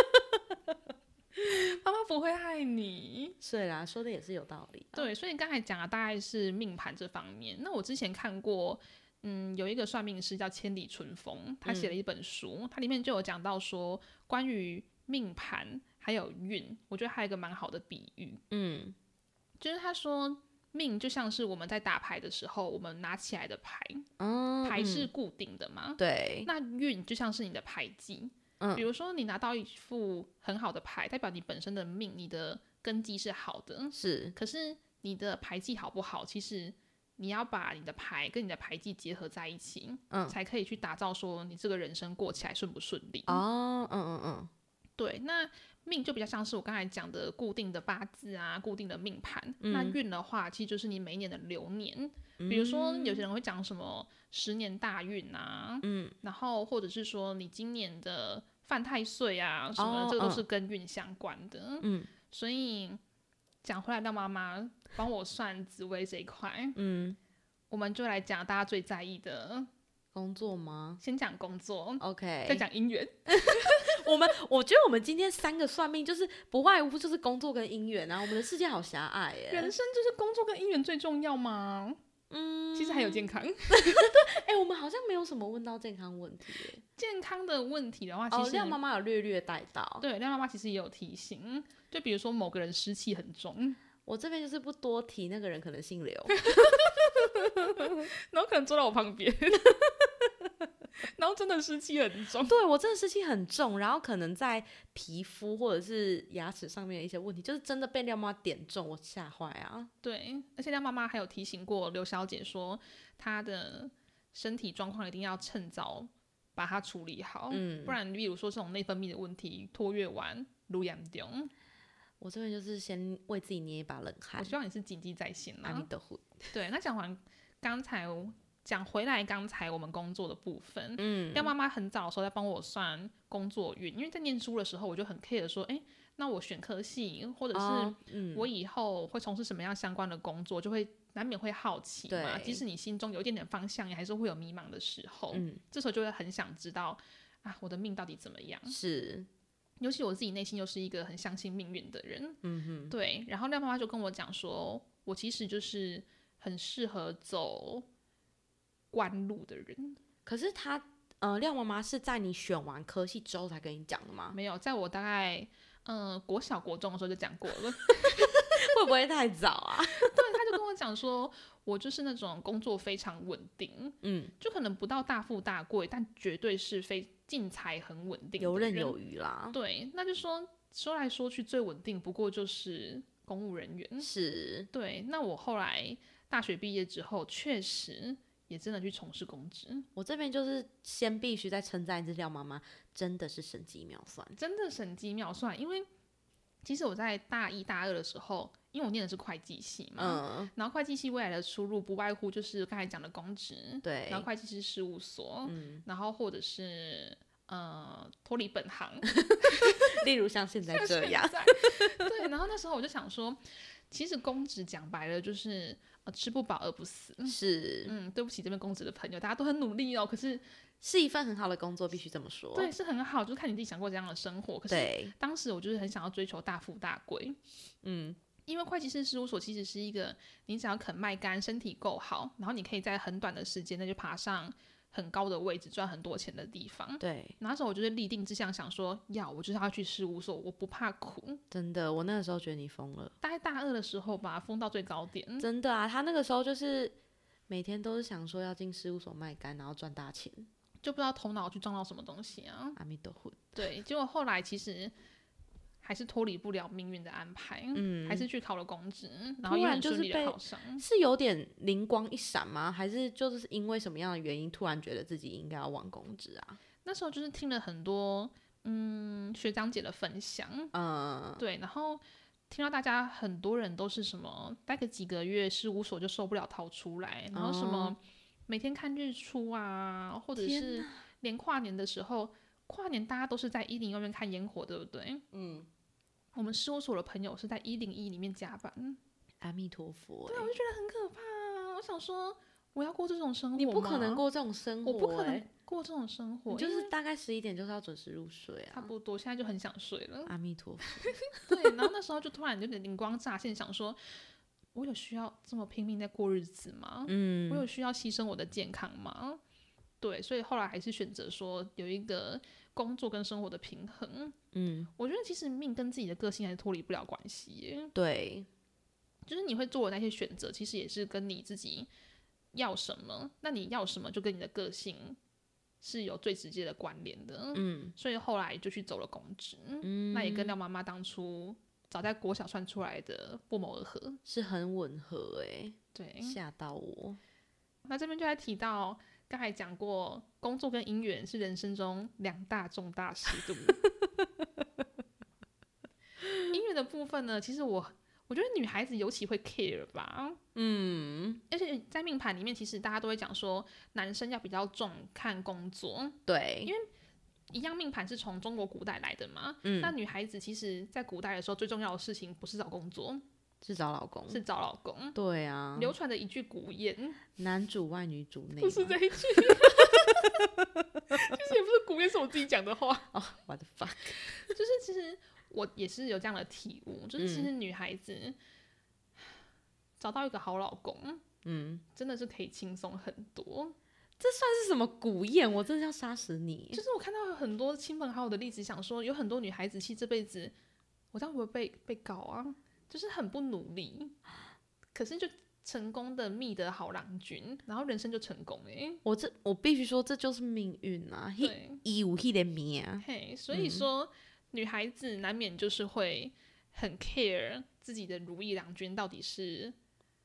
[SPEAKER 2] 妈妈不会害你。
[SPEAKER 3] 是啦，说的也是有道理。，
[SPEAKER 2] 对，所以你刚才讲的大概是命盘这方面。那我之前看过，嗯，有一个算命师叫千里春风，他
[SPEAKER 3] 嗯
[SPEAKER 2] 写了一本书，它里面就有讲到说关于命盘还有运，我觉得还有一个蛮好的比喻，
[SPEAKER 3] 嗯
[SPEAKER 2] 就是他说命就像是我们在打牌的时候，我们拿起来的牌，
[SPEAKER 3] 嗯，
[SPEAKER 2] 牌是
[SPEAKER 3] 嗯
[SPEAKER 2] 固定的嘛，
[SPEAKER 3] 对，
[SPEAKER 2] 那运就像是你的牌技，
[SPEAKER 3] 嗯
[SPEAKER 2] 比如说你拿到一副很好的牌，代表你本身的命，你的根基是好的，
[SPEAKER 3] 是
[SPEAKER 2] 可是你的牌技好不好，其实你要把你的牌跟你的牌技结合在一起，
[SPEAKER 3] 嗯
[SPEAKER 2] 才可以去打造说你这个人生过起来顺不顺利。
[SPEAKER 3] 哦，嗯嗯嗯，
[SPEAKER 2] 对，那命就比较像是我刚才讲的固定的八字啊，固定的命盘。
[SPEAKER 3] 嗯
[SPEAKER 2] 那运的话，其实就是你每一年的流年。比如说，
[SPEAKER 3] 嗯
[SPEAKER 2] 有些人会讲什么十年大运啊，嗯，然后或者是说你今年的犯太岁啊什么的，
[SPEAKER 3] 哦
[SPEAKER 2] 这个
[SPEAKER 3] 嗯
[SPEAKER 2] 都是跟运相关的。
[SPEAKER 3] 嗯，
[SPEAKER 2] 所以讲回来，让妈妈帮我算紫薇这一块，
[SPEAKER 3] 嗯，
[SPEAKER 2] 我们就来讲大家最在意的，
[SPEAKER 3] 工作吗
[SPEAKER 2] 先讲工作，
[SPEAKER 3] ？OK，
[SPEAKER 2] 再讲姻缘。
[SPEAKER 3] 我们我觉得我们今天三个算命就是不外乎就是工作跟姻缘啊，我们的世界好狭隘耶、
[SPEAKER 2] 人生就是工作跟姻缘最重要嘛。
[SPEAKER 3] 嗯，
[SPEAKER 2] 其实还有健康。
[SPEAKER 3] 哎、我们好像没有什么问到健康问题耶、
[SPEAKER 2] 健康的问题的话，啊其
[SPEAKER 3] 哦，
[SPEAKER 2] 实、
[SPEAKER 3] 亮妈妈有略略带到，
[SPEAKER 2] 对亮妈妈其实也有提醒，就比如说某个人湿气很重，
[SPEAKER 3] 我这边就是不多提，那个人可能姓刘。
[SPEAKER 2] 啊然后可能坐在我旁边， 然后真的湿气很重。
[SPEAKER 3] 对我真的湿气很重，然后可能在皮肤或者是牙齿上面的一些问题，就是真的被亮妈点中，我吓坏啊！
[SPEAKER 2] 对，而且亮妈妈还有提醒过刘小姐说，她的身体状况一定要趁早把它处理好，
[SPEAKER 3] 嗯
[SPEAKER 2] 哦不然，比如说这种内分泌的问题，拖越晚。如严重，
[SPEAKER 3] 我这边就是先为自己捏一把冷
[SPEAKER 2] 我
[SPEAKER 3] 汗，
[SPEAKER 2] 希望你是谨记在心啦。
[SPEAKER 3] 阿弥陀佛。
[SPEAKER 2] 对，那讲完刚才讲回来，刚才我们工作的部分，
[SPEAKER 3] 嗯，
[SPEAKER 2] 廖妈妈很早的时候在帮我算工作运，因为在念书的时候我就很 care 说，哎、那我选科系，或者
[SPEAKER 3] 哦
[SPEAKER 2] 是
[SPEAKER 3] 嗯，
[SPEAKER 2] 我以后会从事什么样相关的工作，就会难免会好奇嘛。
[SPEAKER 3] 对
[SPEAKER 2] 即使你心中有一点点方向，你还是会有迷茫的时候。
[SPEAKER 3] 嗯
[SPEAKER 2] 这时候就会很想知道啊，我的命到底怎么样？
[SPEAKER 3] 是
[SPEAKER 2] 尤其我自己内心又是一个很相信命运的人，嗯哼，对。然后廖妈妈就跟我讲说，我其实就是很适合走官路的人。
[SPEAKER 3] 可是他呃，廖妈妈是在你选完科系之后才跟你讲的吗？
[SPEAKER 2] 没有，在我大概嗯、呃国小国中的时候就讲过了，
[SPEAKER 3] 会不会太早啊？
[SPEAKER 2] 对，他就跟我讲说，我就是那种工作非常稳定，
[SPEAKER 3] 嗯，
[SPEAKER 2] 就可能不到大富大贵，但绝对是非进财很稳定，
[SPEAKER 3] 游刃有。余啦。
[SPEAKER 2] 对，那就说说来说去最稳定不过就是公务人员，
[SPEAKER 3] 是
[SPEAKER 2] 对，那我后来大学毕业之后，确实也真的去从事公职，
[SPEAKER 3] 我这边就是先必须再称赞一只廖妈妈，真的是神机妙算。
[SPEAKER 2] 真的神机妙算。因为其实我在大一大二的时候，因为我念的是会计系嘛，
[SPEAKER 3] 嗯，
[SPEAKER 2] 然后会计系未来的出路不外乎就是刚才讲的公职，
[SPEAKER 3] 对嗯
[SPEAKER 2] 然后会计师事务所，然后或者是呃脱离本行
[SPEAKER 3] 例如像现在 这样，
[SPEAKER 2] 在 对，然后那时候我就想说，其实公职讲白了就是呃吃不饱饿不死。
[SPEAKER 3] 是
[SPEAKER 2] 嗯，对不起，这边公职的朋友，大家都很努力哦。可是
[SPEAKER 3] 是一份很好的工作，必须这么说。
[SPEAKER 2] 对，是很好，就是看你自己想过怎样的生活。可是
[SPEAKER 3] 对，
[SPEAKER 2] 当时我就是很想要追求大富大贵，
[SPEAKER 3] 嗯，
[SPEAKER 2] 因为会计师事务所其实是一个你只要肯卖干、身体够好，然后你可以在很短的时间内就爬上很高的位置，赚很多钱的地方。
[SPEAKER 3] 对，
[SPEAKER 2] 那时候我就是立定志向，想说要我就是要去事务所，我不怕苦。
[SPEAKER 3] 真的，我那个时候觉得你疯了，
[SPEAKER 2] 大概大二的时候吧，疯到最高点。
[SPEAKER 3] 真的啊，他那个时候就是每天都是想说要进事务所卖干，然后赚大钱。
[SPEAKER 2] 就不知道头脑去撞到什么东西啊。
[SPEAKER 3] 阿弥陀佛，
[SPEAKER 2] 对，结果后来其实还是脱离不了命运的安排，
[SPEAKER 3] 嗯
[SPEAKER 2] 还是去考了公职，然后
[SPEAKER 3] 突
[SPEAKER 2] 也
[SPEAKER 3] 然
[SPEAKER 2] 很
[SPEAKER 3] 就是
[SPEAKER 2] 顺利
[SPEAKER 3] 被
[SPEAKER 2] 的考上。
[SPEAKER 3] 是有点灵光一闪吗？还是就是因为什么样的原因突然觉得自己应该要往公职啊？
[SPEAKER 2] 那时候就是听了很多嗯学长姐的分享，
[SPEAKER 3] 嗯，
[SPEAKER 2] 对，然后听到大家很多人都是什么待个几个月事务所就受不了逃出来，然后什么每天看日出啊，或者
[SPEAKER 3] 哦天
[SPEAKER 2] 是连跨年的时候，跨年大家都是在一零那边看烟火，对不对？嗯。我们事务所的朋友是在一零一里面加班，
[SPEAKER 3] 阿弥陀佛、欸
[SPEAKER 2] 对啊，我就觉得很可怕啊。我想说，我要过这种生活吗，
[SPEAKER 3] 你不可能过这种生活、
[SPEAKER 2] 我
[SPEAKER 3] 欸，
[SPEAKER 2] 不可能过这种生活，
[SPEAKER 3] 你就
[SPEAKER 2] 因为
[SPEAKER 3] 是大概十一点就是要准时入睡
[SPEAKER 2] 差
[SPEAKER 3] 啊。
[SPEAKER 2] 不多，现在就很想睡 了。
[SPEAKER 3] 阿弥陀佛，
[SPEAKER 2] 对，然后那时候就突然有点灵光乍现，想说，我有需要这么拼命在过日子吗？我
[SPEAKER 3] 嗯，
[SPEAKER 2] 有需要牺牲我的健康吗？对，所以后来还是选择说有一个工作跟生活的平衡。
[SPEAKER 3] 嗯，
[SPEAKER 2] 我觉得其实命跟自己的个性还是脱离不了关系耶，
[SPEAKER 3] 对，
[SPEAKER 2] 就是你会做的那些选择，其实也是跟你自己要什么，那你要什么就跟你的个性是有最直接的关联的。
[SPEAKER 3] 嗯
[SPEAKER 2] 所以后来就去走了公职，
[SPEAKER 3] 嗯，
[SPEAKER 2] 那也跟廖妈妈当初早在国小算出来的不谋而合。
[SPEAKER 3] 是很吻合哎、
[SPEAKER 2] 对，
[SPEAKER 3] 吓到我。
[SPEAKER 2] 那这边就来提到，刚才讲过，工作跟姻缘是人生中两大重大事，对不对？ 姻缘的部分呢，其实我我觉得女孩子尤其会 care 吧，
[SPEAKER 3] 嗯，
[SPEAKER 2] 而且在命盘里面，其实大家都会讲说，男生要比较重看工作，
[SPEAKER 3] 对，因为
[SPEAKER 2] 一样命盘是从中国古代来的嘛。
[SPEAKER 3] 嗯
[SPEAKER 2] 那女孩子其实，在古代的时候，最重要的事情不是找工作，
[SPEAKER 3] 是找老公，
[SPEAKER 2] 是找老公。
[SPEAKER 3] 对嗯啊，
[SPEAKER 2] 流传着一句古谚，
[SPEAKER 3] 男主外女主内嘛，
[SPEAKER 2] 不是这一句， 其实也不是古谚，是我自己讲的话。
[SPEAKER 3] 哦，我的 fuck，
[SPEAKER 2] 就是其实我也是有这样的体悟，就是其实女孩子、找到一个好老公，
[SPEAKER 3] 嗯，
[SPEAKER 2] 真的是可以轻松很多。
[SPEAKER 3] 这是什么古谚？我真的要杀死你！
[SPEAKER 2] 就是我看到有很多亲朋好友的例子，想说有很多女孩子其实这辈子，我这样会不会被被搞啊？就是很不努力，可是就成功的觅得好郎君，然后人生就成功诶、
[SPEAKER 3] 我这我必须说，这就是命运啊！嘿，
[SPEAKER 2] 对，
[SPEAKER 3] 一五一的命啊，
[SPEAKER 2] 嘿，所以说、女孩子难免就是会很 care 自己的如意郎君到底是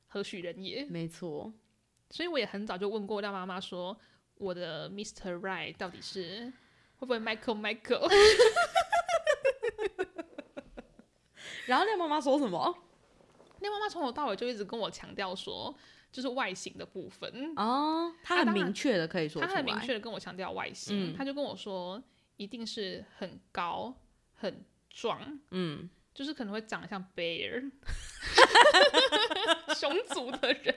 [SPEAKER 2] 何许人也。
[SPEAKER 3] 没错，
[SPEAKER 2] 所以我也很早就问过廖妈妈说，我的 Mr. Right 到底是会不会 Michael Michael？
[SPEAKER 3] 然后廖妈妈说什么？
[SPEAKER 2] 廖妈妈从头到尾就一直跟我强调说，就是外形的部分，
[SPEAKER 3] 哦，她
[SPEAKER 2] 啊
[SPEAKER 3] 很
[SPEAKER 2] 当然
[SPEAKER 3] 明确的可以说
[SPEAKER 2] 她
[SPEAKER 3] 出来，
[SPEAKER 2] 很明确的跟我强调外形，
[SPEAKER 3] 嗯
[SPEAKER 2] 她就跟我说一定是很高很壮，
[SPEAKER 3] 嗯，
[SPEAKER 2] 就是可能会长得像 bear 熊族的人，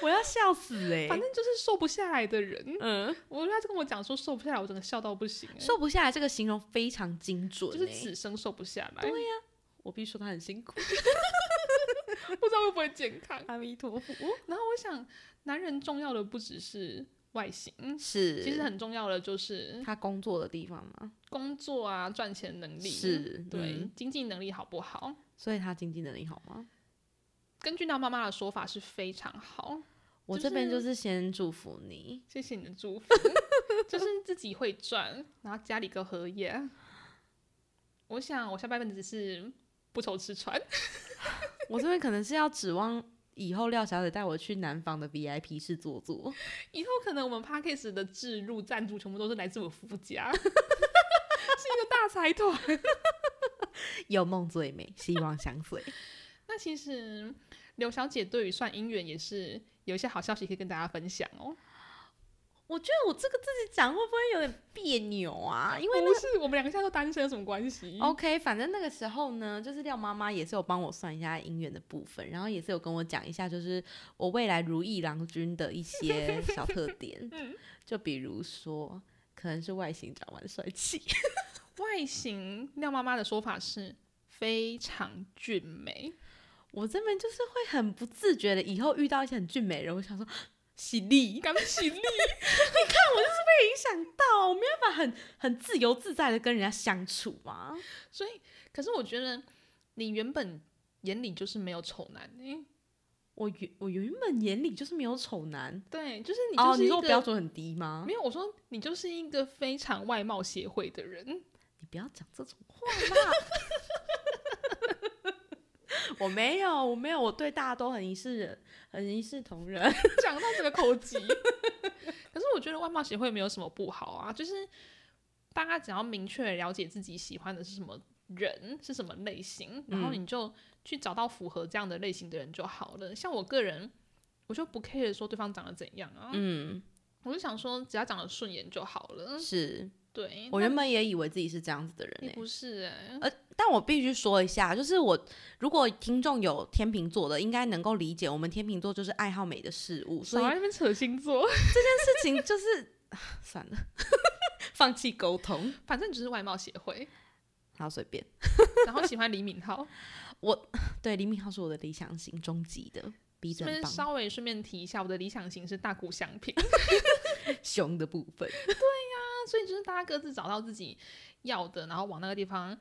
[SPEAKER 3] 我要笑死哎、
[SPEAKER 2] 反正就是瘦不下来的人。
[SPEAKER 3] 嗯，
[SPEAKER 2] 我他就跟我讲说瘦不下来，我真的笑到不行、欸，
[SPEAKER 3] 瘦不下来这个形容非常精准、
[SPEAKER 2] 就
[SPEAKER 3] 欸，
[SPEAKER 2] 是此生瘦不下来。
[SPEAKER 3] 我必须说她很辛苦。
[SPEAKER 2] 不知道会不会健康。
[SPEAKER 3] 阿弥陀佛，
[SPEAKER 2] 然后我想，男人重要的不只是外形，
[SPEAKER 3] 是，
[SPEAKER 2] 其实很重要的就是
[SPEAKER 3] 她工作的地方嘛，
[SPEAKER 2] 工作啊、赚钱能力，
[SPEAKER 3] 是
[SPEAKER 2] 对、
[SPEAKER 3] 嗯
[SPEAKER 2] 经济能力好不好？
[SPEAKER 3] 所以她经济能力好吗？
[SPEAKER 2] 根据到妈妈的说法是非常好，
[SPEAKER 3] 我
[SPEAKER 2] 就
[SPEAKER 3] 这边
[SPEAKER 2] 是
[SPEAKER 3] 就是先祝福你，
[SPEAKER 2] 谢谢你的 祝福，就是自己会赚，然后家里够和谐。我想我下半辈子是不愁吃穿，
[SPEAKER 3] 我这边可能是要指望以后廖小姐带我去南方的 VIP 室坐坐，
[SPEAKER 2] 以后可能我们 p a c k a g e 的置入赞助全部都是来自我夫家，是一个大财团。
[SPEAKER 3] 有梦最美，希望相随。
[SPEAKER 2] 那其实刘小姐对于算姻缘也是有一些好消息可以跟大家分享哦。
[SPEAKER 3] 我觉得我这个自己讲会不会有点别扭啊？因为
[SPEAKER 2] 不是我们两个现在都单身有什么关系？
[SPEAKER 3] OK，反正那个时候呢，就是廖妈妈也是有帮我算一下姻缘的部分，然后也是有跟我讲一下，就是我未来如意郎君的一些 小特点，
[SPEAKER 2] 嗯
[SPEAKER 3] 就比如说可能是外形长蛮帅气，
[SPEAKER 2] 外形，廖妈妈的说法是非常俊美，
[SPEAKER 3] 我这边就是会很不自觉的，以后遇到一些很俊美的人，我想说喜力，
[SPEAKER 2] 刚起立，
[SPEAKER 3] 影响到，我没办法很很自由自在的跟人家相处嘛。
[SPEAKER 2] 所以可是我觉得你原本眼里就是没有丑男、欸，
[SPEAKER 3] 我原我原本眼里就是没有丑男，
[SPEAKER 2] 对，就是你
[SPEAKER 3] 哦，
[SPEAKER 2] 就
[SPEAKER 3] 你
[SPEAKER 2] 是一
[SPEAKER 3] 说我
[SPEAKER 2] 个、
[SPEAKER 3] 标准很低吗？
[SPEAKER 2] 没有，我说你就是一个非常外貌协会的人，
[SPEAKER 3] 你不要讲这种话啦。 我没有，我没有，我对大家都很一视人，很一视同仁。
[SPEAKER 2] 讲到这个口急。 可是我觉得外貌协会没有什么不好啊，就是大家只要明确了解自己喜欢的是什么人，是什么类型，然后
[SPEAKER 3] 嗯
[SPEAKER 2] 你就去找到符合这样的类型的人就好了。像我个人，我就不 care 说对方长得怎样啊，
[SPEAKER 3] 嗯，
[SPEAKER 2] 我就想说只要长得顺眼就好了。
[SPEAKER 3] 是
[SPEAKER 2] 对，嗯
[SPEAKER 3] 我
[SPEAKER 2] 那
[SPEAKER 3] 原本也以为自己是这样子的人、
[SPEAKER 2] 你
[SPEAKER 3] 欸，
[SPEAKER 2] 不是哎、
[SPEAKER 3] 但我必须说一下，就是我如果听众有天秤座的，应该能够理解，我们天秤座就是爱好美的事物，所
[SPEAKER 2] 少
[SPEAKER 3] 以
[SPEAKER 2] 在那边扯星座，
[SPEAKER 3] 事情就是 算了，放弃沟通，
[SPEAKER 2] 反正你就是外貌协会，
[SPEAKER 3] 好随便。
[SPEAKER 2] 然后喜欢李敏 镐。
[SPEAKER 3] 对，李敏镐是我的理想型终极的，鼻子
[SPEAKER 2] 这
[SPEAKER 3] 很
[SPEAKER 2] 边
[SPEAKER 3] 棒，
[SPEAKER 2] 稍微顺便提一下，我的理想型是大谷翔平，
[SPEAKER 3] 熊的部分。
[SPEAKER 2] 那所以就是大家各自找到自己要的，然后往那个地方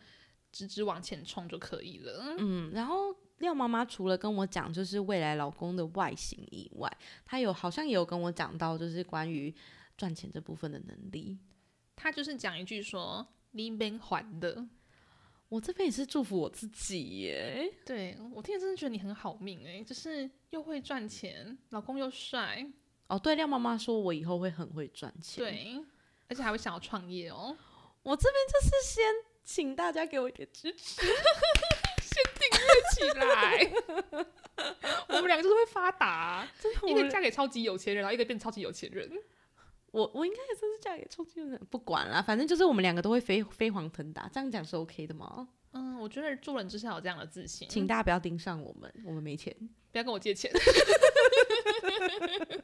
[SPEAKER 2] 直直往前冲就可以了。
[SPEAKER 3] 嗯，然后廖妈妈除了跟我讲就是未来老公的外形以外，她有好像也有跟我讲到就是关于赚钱这部分的能力。
[SPEAKER 2] 他就是讲一句说：“你边还的。
[SPEAKER 3] 我这边也是祝福我自己耶。
[SPEAKER 2] 对我听了真的觉得你很好命哎、就是又会赚钱，老公又帅，
[SPEAKER 3] 哦，对，廖妈妈说我以后会很会赚钱。，
[SPEAKER 2] 对，而且还会想要创业哦。
[SPEAKER 3] 我这边就是先请大家给我一点支持。
[SPEAKER 2] 起来， 我们两个就是会发达，一个
[SPEAKER 3] 我
[SPEAKER 2] 嫁给超级有钱人，然后一个变超级有钱人。
[SPEAKER 3] 我我应该也真是嫁给冲进人，不管啦，反正就是我们两个都会飞飞黄腾达，这样讲是 OK 的吗？
[SPEAKER 2] 嗯，我觉得做人就是要有这样的自信，
[SPEAKER 3] 请大家不要盯上我们，我们没钱。
[SPEAKER 2] 不要跟我借钱。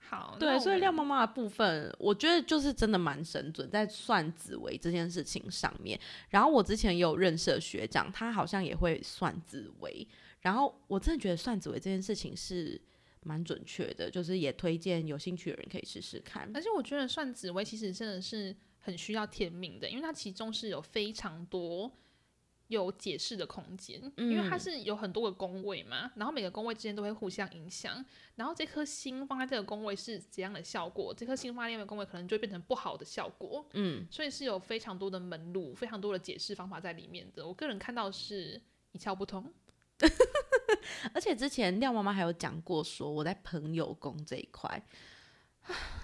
[SPEAKER 2] 好，哦那
[SPEAKER 3] 对，
[SPEAKER 2] 我
[SPEAKER 3] 所以
[SPEAKER 2] 们
[SPEAKER 3] 廖妈妈的部分，我觉得就是真的蛮神准，在算紫薇这件事情上面。然后我之前也有认识的学长，他好像也会算紫薇。然后我真的觉得算紫薇这件事情是蛮准确的，就是也推荐有兴趣的人可以试试看。
[SPEAKER 2] 而且我觉得算紫薇其实真的是很需要天命的，因为它其中是有非常多有解释的空间，因为它
[SPEAKER 3] 嗯
[SPEAKER 2] 是有很多个宫位嘛，然后每个宫位之间都会互相影响，然后这颗星放在这个宫位是怎样的效果，这颗星放在那个宫位可能就会变成不好的效果，
[SPEAKER 3] 嗯，
[SPEAKER 2] 所以是有非常多的门路、非常多的解释方法在里面的。我个人看到是一窍不通，
[SPEAKER 3] 而且之前廖妈妈还有讲过说，我在朋友宫这一块，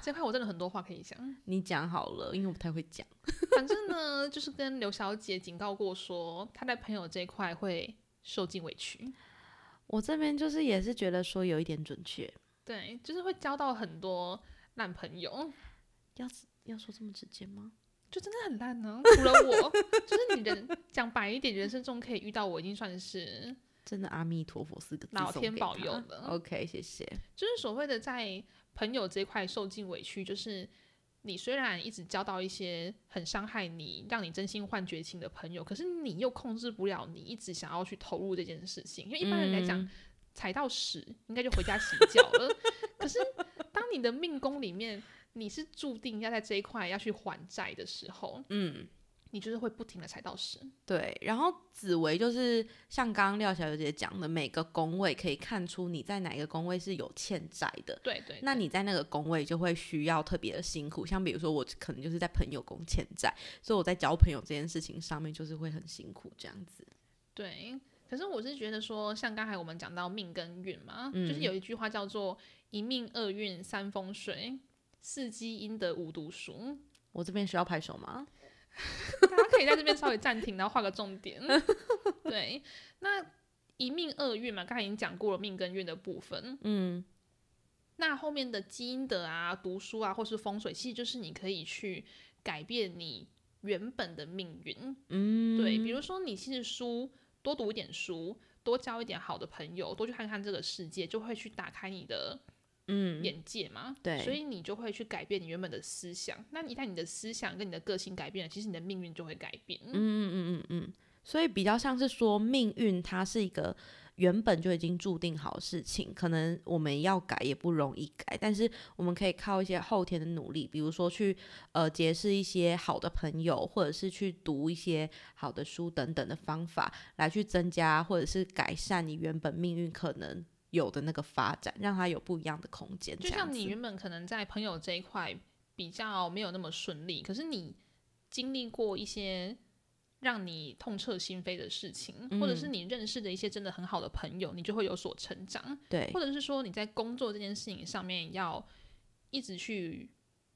[SPEAKER 2] 这块我真的很多话可以讲。
[SPEAKER 3] 你讲好了，因为我不太会讲。
[SPEAKER 2] 反正呢，就是跟刘小姐警告过说，她在朋友这一块会受尽委屈，
[SPEAKER 3] 我这边就是也是觉得说有一点准确，
[SPEAKER 2] 对，就是会交到很多烂朋友，
[SPEAKER 3] 要说这么直接吗？
[SPEAKER 2] 就真的很烂呢、除了我，就是你人讲白一点，人生中可以遇到我，已经算是
[SPEAKER 3] 真的阿弥陀佛四个字，
[SPEAKER 2] 老
[SPEAKER 3] 送
[SPEAKER 2] 天
[SPEAKER 3] 给
[SPEAKER 2] 保
[SPEAKER 3] 他
[SPEAKER 2] 佑了
[SPEAKER 3] OK，谢谢。
[SPEAKER 2] 就是所谓的在朋友这一块受尽委屈，就是你虽然一直交到一些很伤害你、让你真心换绝情的朋友，可是你又控制不了你一直想要去投入这件事情，因为一般人来
[SPEAKER 3] 嗯
[SPEAKER 2] 讲，踩到屎应该就回家洗脚了。可是当你的命宫里面你是注定要在这一块要去还债的时候，
[SPEAKER 3] 嗯，
[SPEAKER 2] 你就是会不停的踩到屎。
[SPEAKER 3] 对。然后紫薇就是像刚刚廖小姐讲的，每个宫位可以看出你在哪一个宫位是有欠债的。
[SPEAKER 2] 对对
[SPEAKER 3] 那你在那个宫位就会需要特别的辛苦，像比如说我可能就是在朋友宫欠债，所以我在交朋友这件事情上面就是会很辛苦这样子。
[SPEAKER 2] 对，可是我是觉得说，像刚才我们讲到命跟运嘛，就是
[SPEAKER 3] 嗯
[SPEAKER 2] 有一句话叫做“一命二运三风水，四积阴德五读书
[SPEAKER 3] 我这边需要拍手吗？”，
[SPEAKER 2] 大家可以在这边稍微暂停，然后画个重 点。对，那一命二运嘛，刚才已经讲过了命跟运的部分。
[SPEAKER 3] 嗯，
[SPEAKER 2] 那后面的基因的啊、读书啊，或是风水，其实就是你可以去改变你原本的命运。嗯，对，比如说你其实书多读一点书，多交一点好的朋友，多去看看这个世界，就会去打开你的嗯眼界嘛。
[SPEAKER 3] 对
[SPEAKER 2] 所以你就会去改变你原本的思想。那一旦你的思想跟你的个性改变了，其实你的命运就会改变。嗯，
[SPEAKER 3] 所以比较像是说，命运它是一个原本就已经注定好的事情，可能我们要改也不容易改，但是我们可以靠一些后天的努力，比如说去呃结识一些好的朋友，或者是去读一些好的书等等的方法，来去增加或者是改善你原本命运可能有的那个发展，让它有不一样的空间。
[SPEAKER 2] 就
[SPEAKER 3] 这样
[SPEAKER 2] 像你
[SPEAKER 3] 子
[SPEAKER 2] 原本可能在朋友这一块比较没有那么顺利，可是你经历过一些让你痛彻心扉的事情，或者
[SPEAKER 3] 嗯
[SPEAKER 2] 是你认识的一些真的很好的朋友，你就会有所成长，
[SPEAKER 3] 对
[SPEAKER 2] 或者是说你在工作这件事情上面要一直去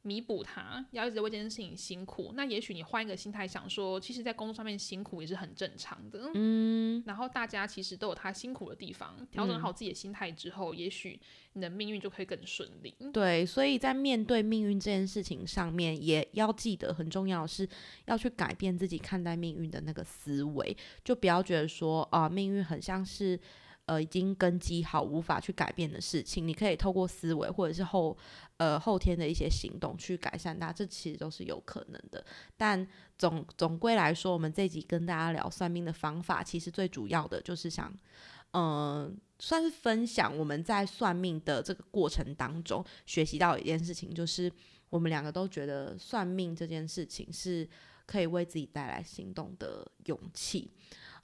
[SPEAKER 2] 弥补它，要一直为这件事情辛苦。那也许你换一个心态想说，其实，在工作上面辛苦也是很正常的。嗯，然后大家其实都有他辛苦的地方，调整好自己的心态之后，也许你的命运就可以更顺利。
[SPEAKER 3] 对，所以在面对命运这件事情上面，也要记得很重要的是要去改变自己看待命运的那个思维，就不要觉得说啊、命运很像是呃已经根基好无法去改变的事情，你可以透过思维或者是后呃后天的一些行动去改善它，这其实都是有可能的。但总总归来说，我们这一集跟大家聊算命的方法，其实最主要的就是想嗯、呃算是分享我们在算命的这个过程当中学习到一件事情，就是我们两个都觉得算命这件事情是可以为自己带来行动的勇气。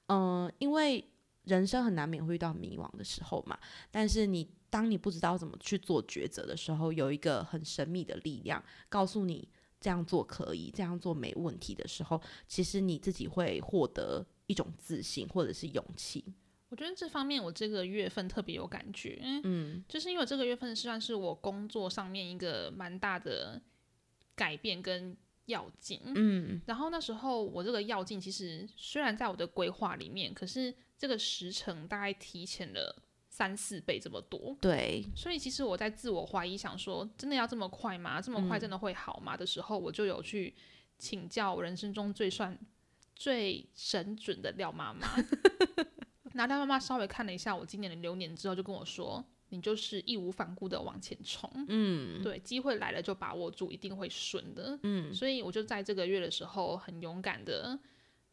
[SPEAKER 3] 嗯、因为人生很难免会遇到迷惘的时候嘛，但是你当你不知道怎么去做抉择的时候，有一个很神秘的力量告诉你。这样做可以，这样做没问题的时候，其实你自己会获得一种自信或者是勇气。
[SPEAKER 2] 我觉得这方面我这个月份特别有感觉，嗯，就是因为我这个月份算是我工作上面一个蛮大的改变跟要进，嗯，然后那时候我这个要进其实虽然在我的规划里面，可是这个时程大概提前了三四倍这么多，
[SPEAKER 3] 对，
[SPEAKER 2] 所以其实我在自我怀疑，想说真的要这么快吗？这么快真的会好吗？的时候，我就有去请教我人生中最算最神准的廖妈 妈。那廖妈妈稍微看了一下我今年的流年之后，就跟我说：“你就是义无反顾的往前冲，嗯，对，机会来了就把握住，一定会顺的。”嗯，所以我就在这个月的时候，很勇敢的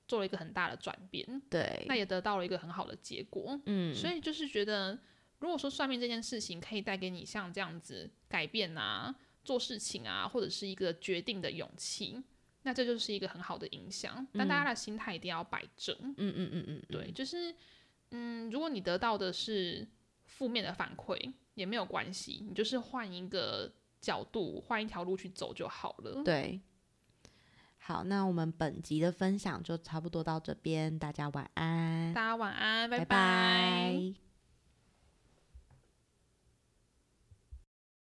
[SPEAKER 2] 做了一个很大的转变。
[SPEAKER 3] 对，
[SPEAKER 2] 那也得到了一个很好的结果。嗯，所以就是觉得，如果说算命这件事情可以带给你像这样子改变啊、做事情啊，或者是一个决定的勇气，那这就是一个很好的影响。但大家的心态一定要摆正。
[SPEAKER 3] 嗯嗯嗯嗯，
[SPEAKER 2] 对，就是嗯，如果你得到的是负面的反馈，也没有关系，你就是换一个角度，换一条路去走就好了。
[SPEAKER 3] 对。好，那我们本集的分享就差不多到这边，大家晚安，
[SPEAKER 2] 大家晚安，拜
[SPEAKER 3] 拜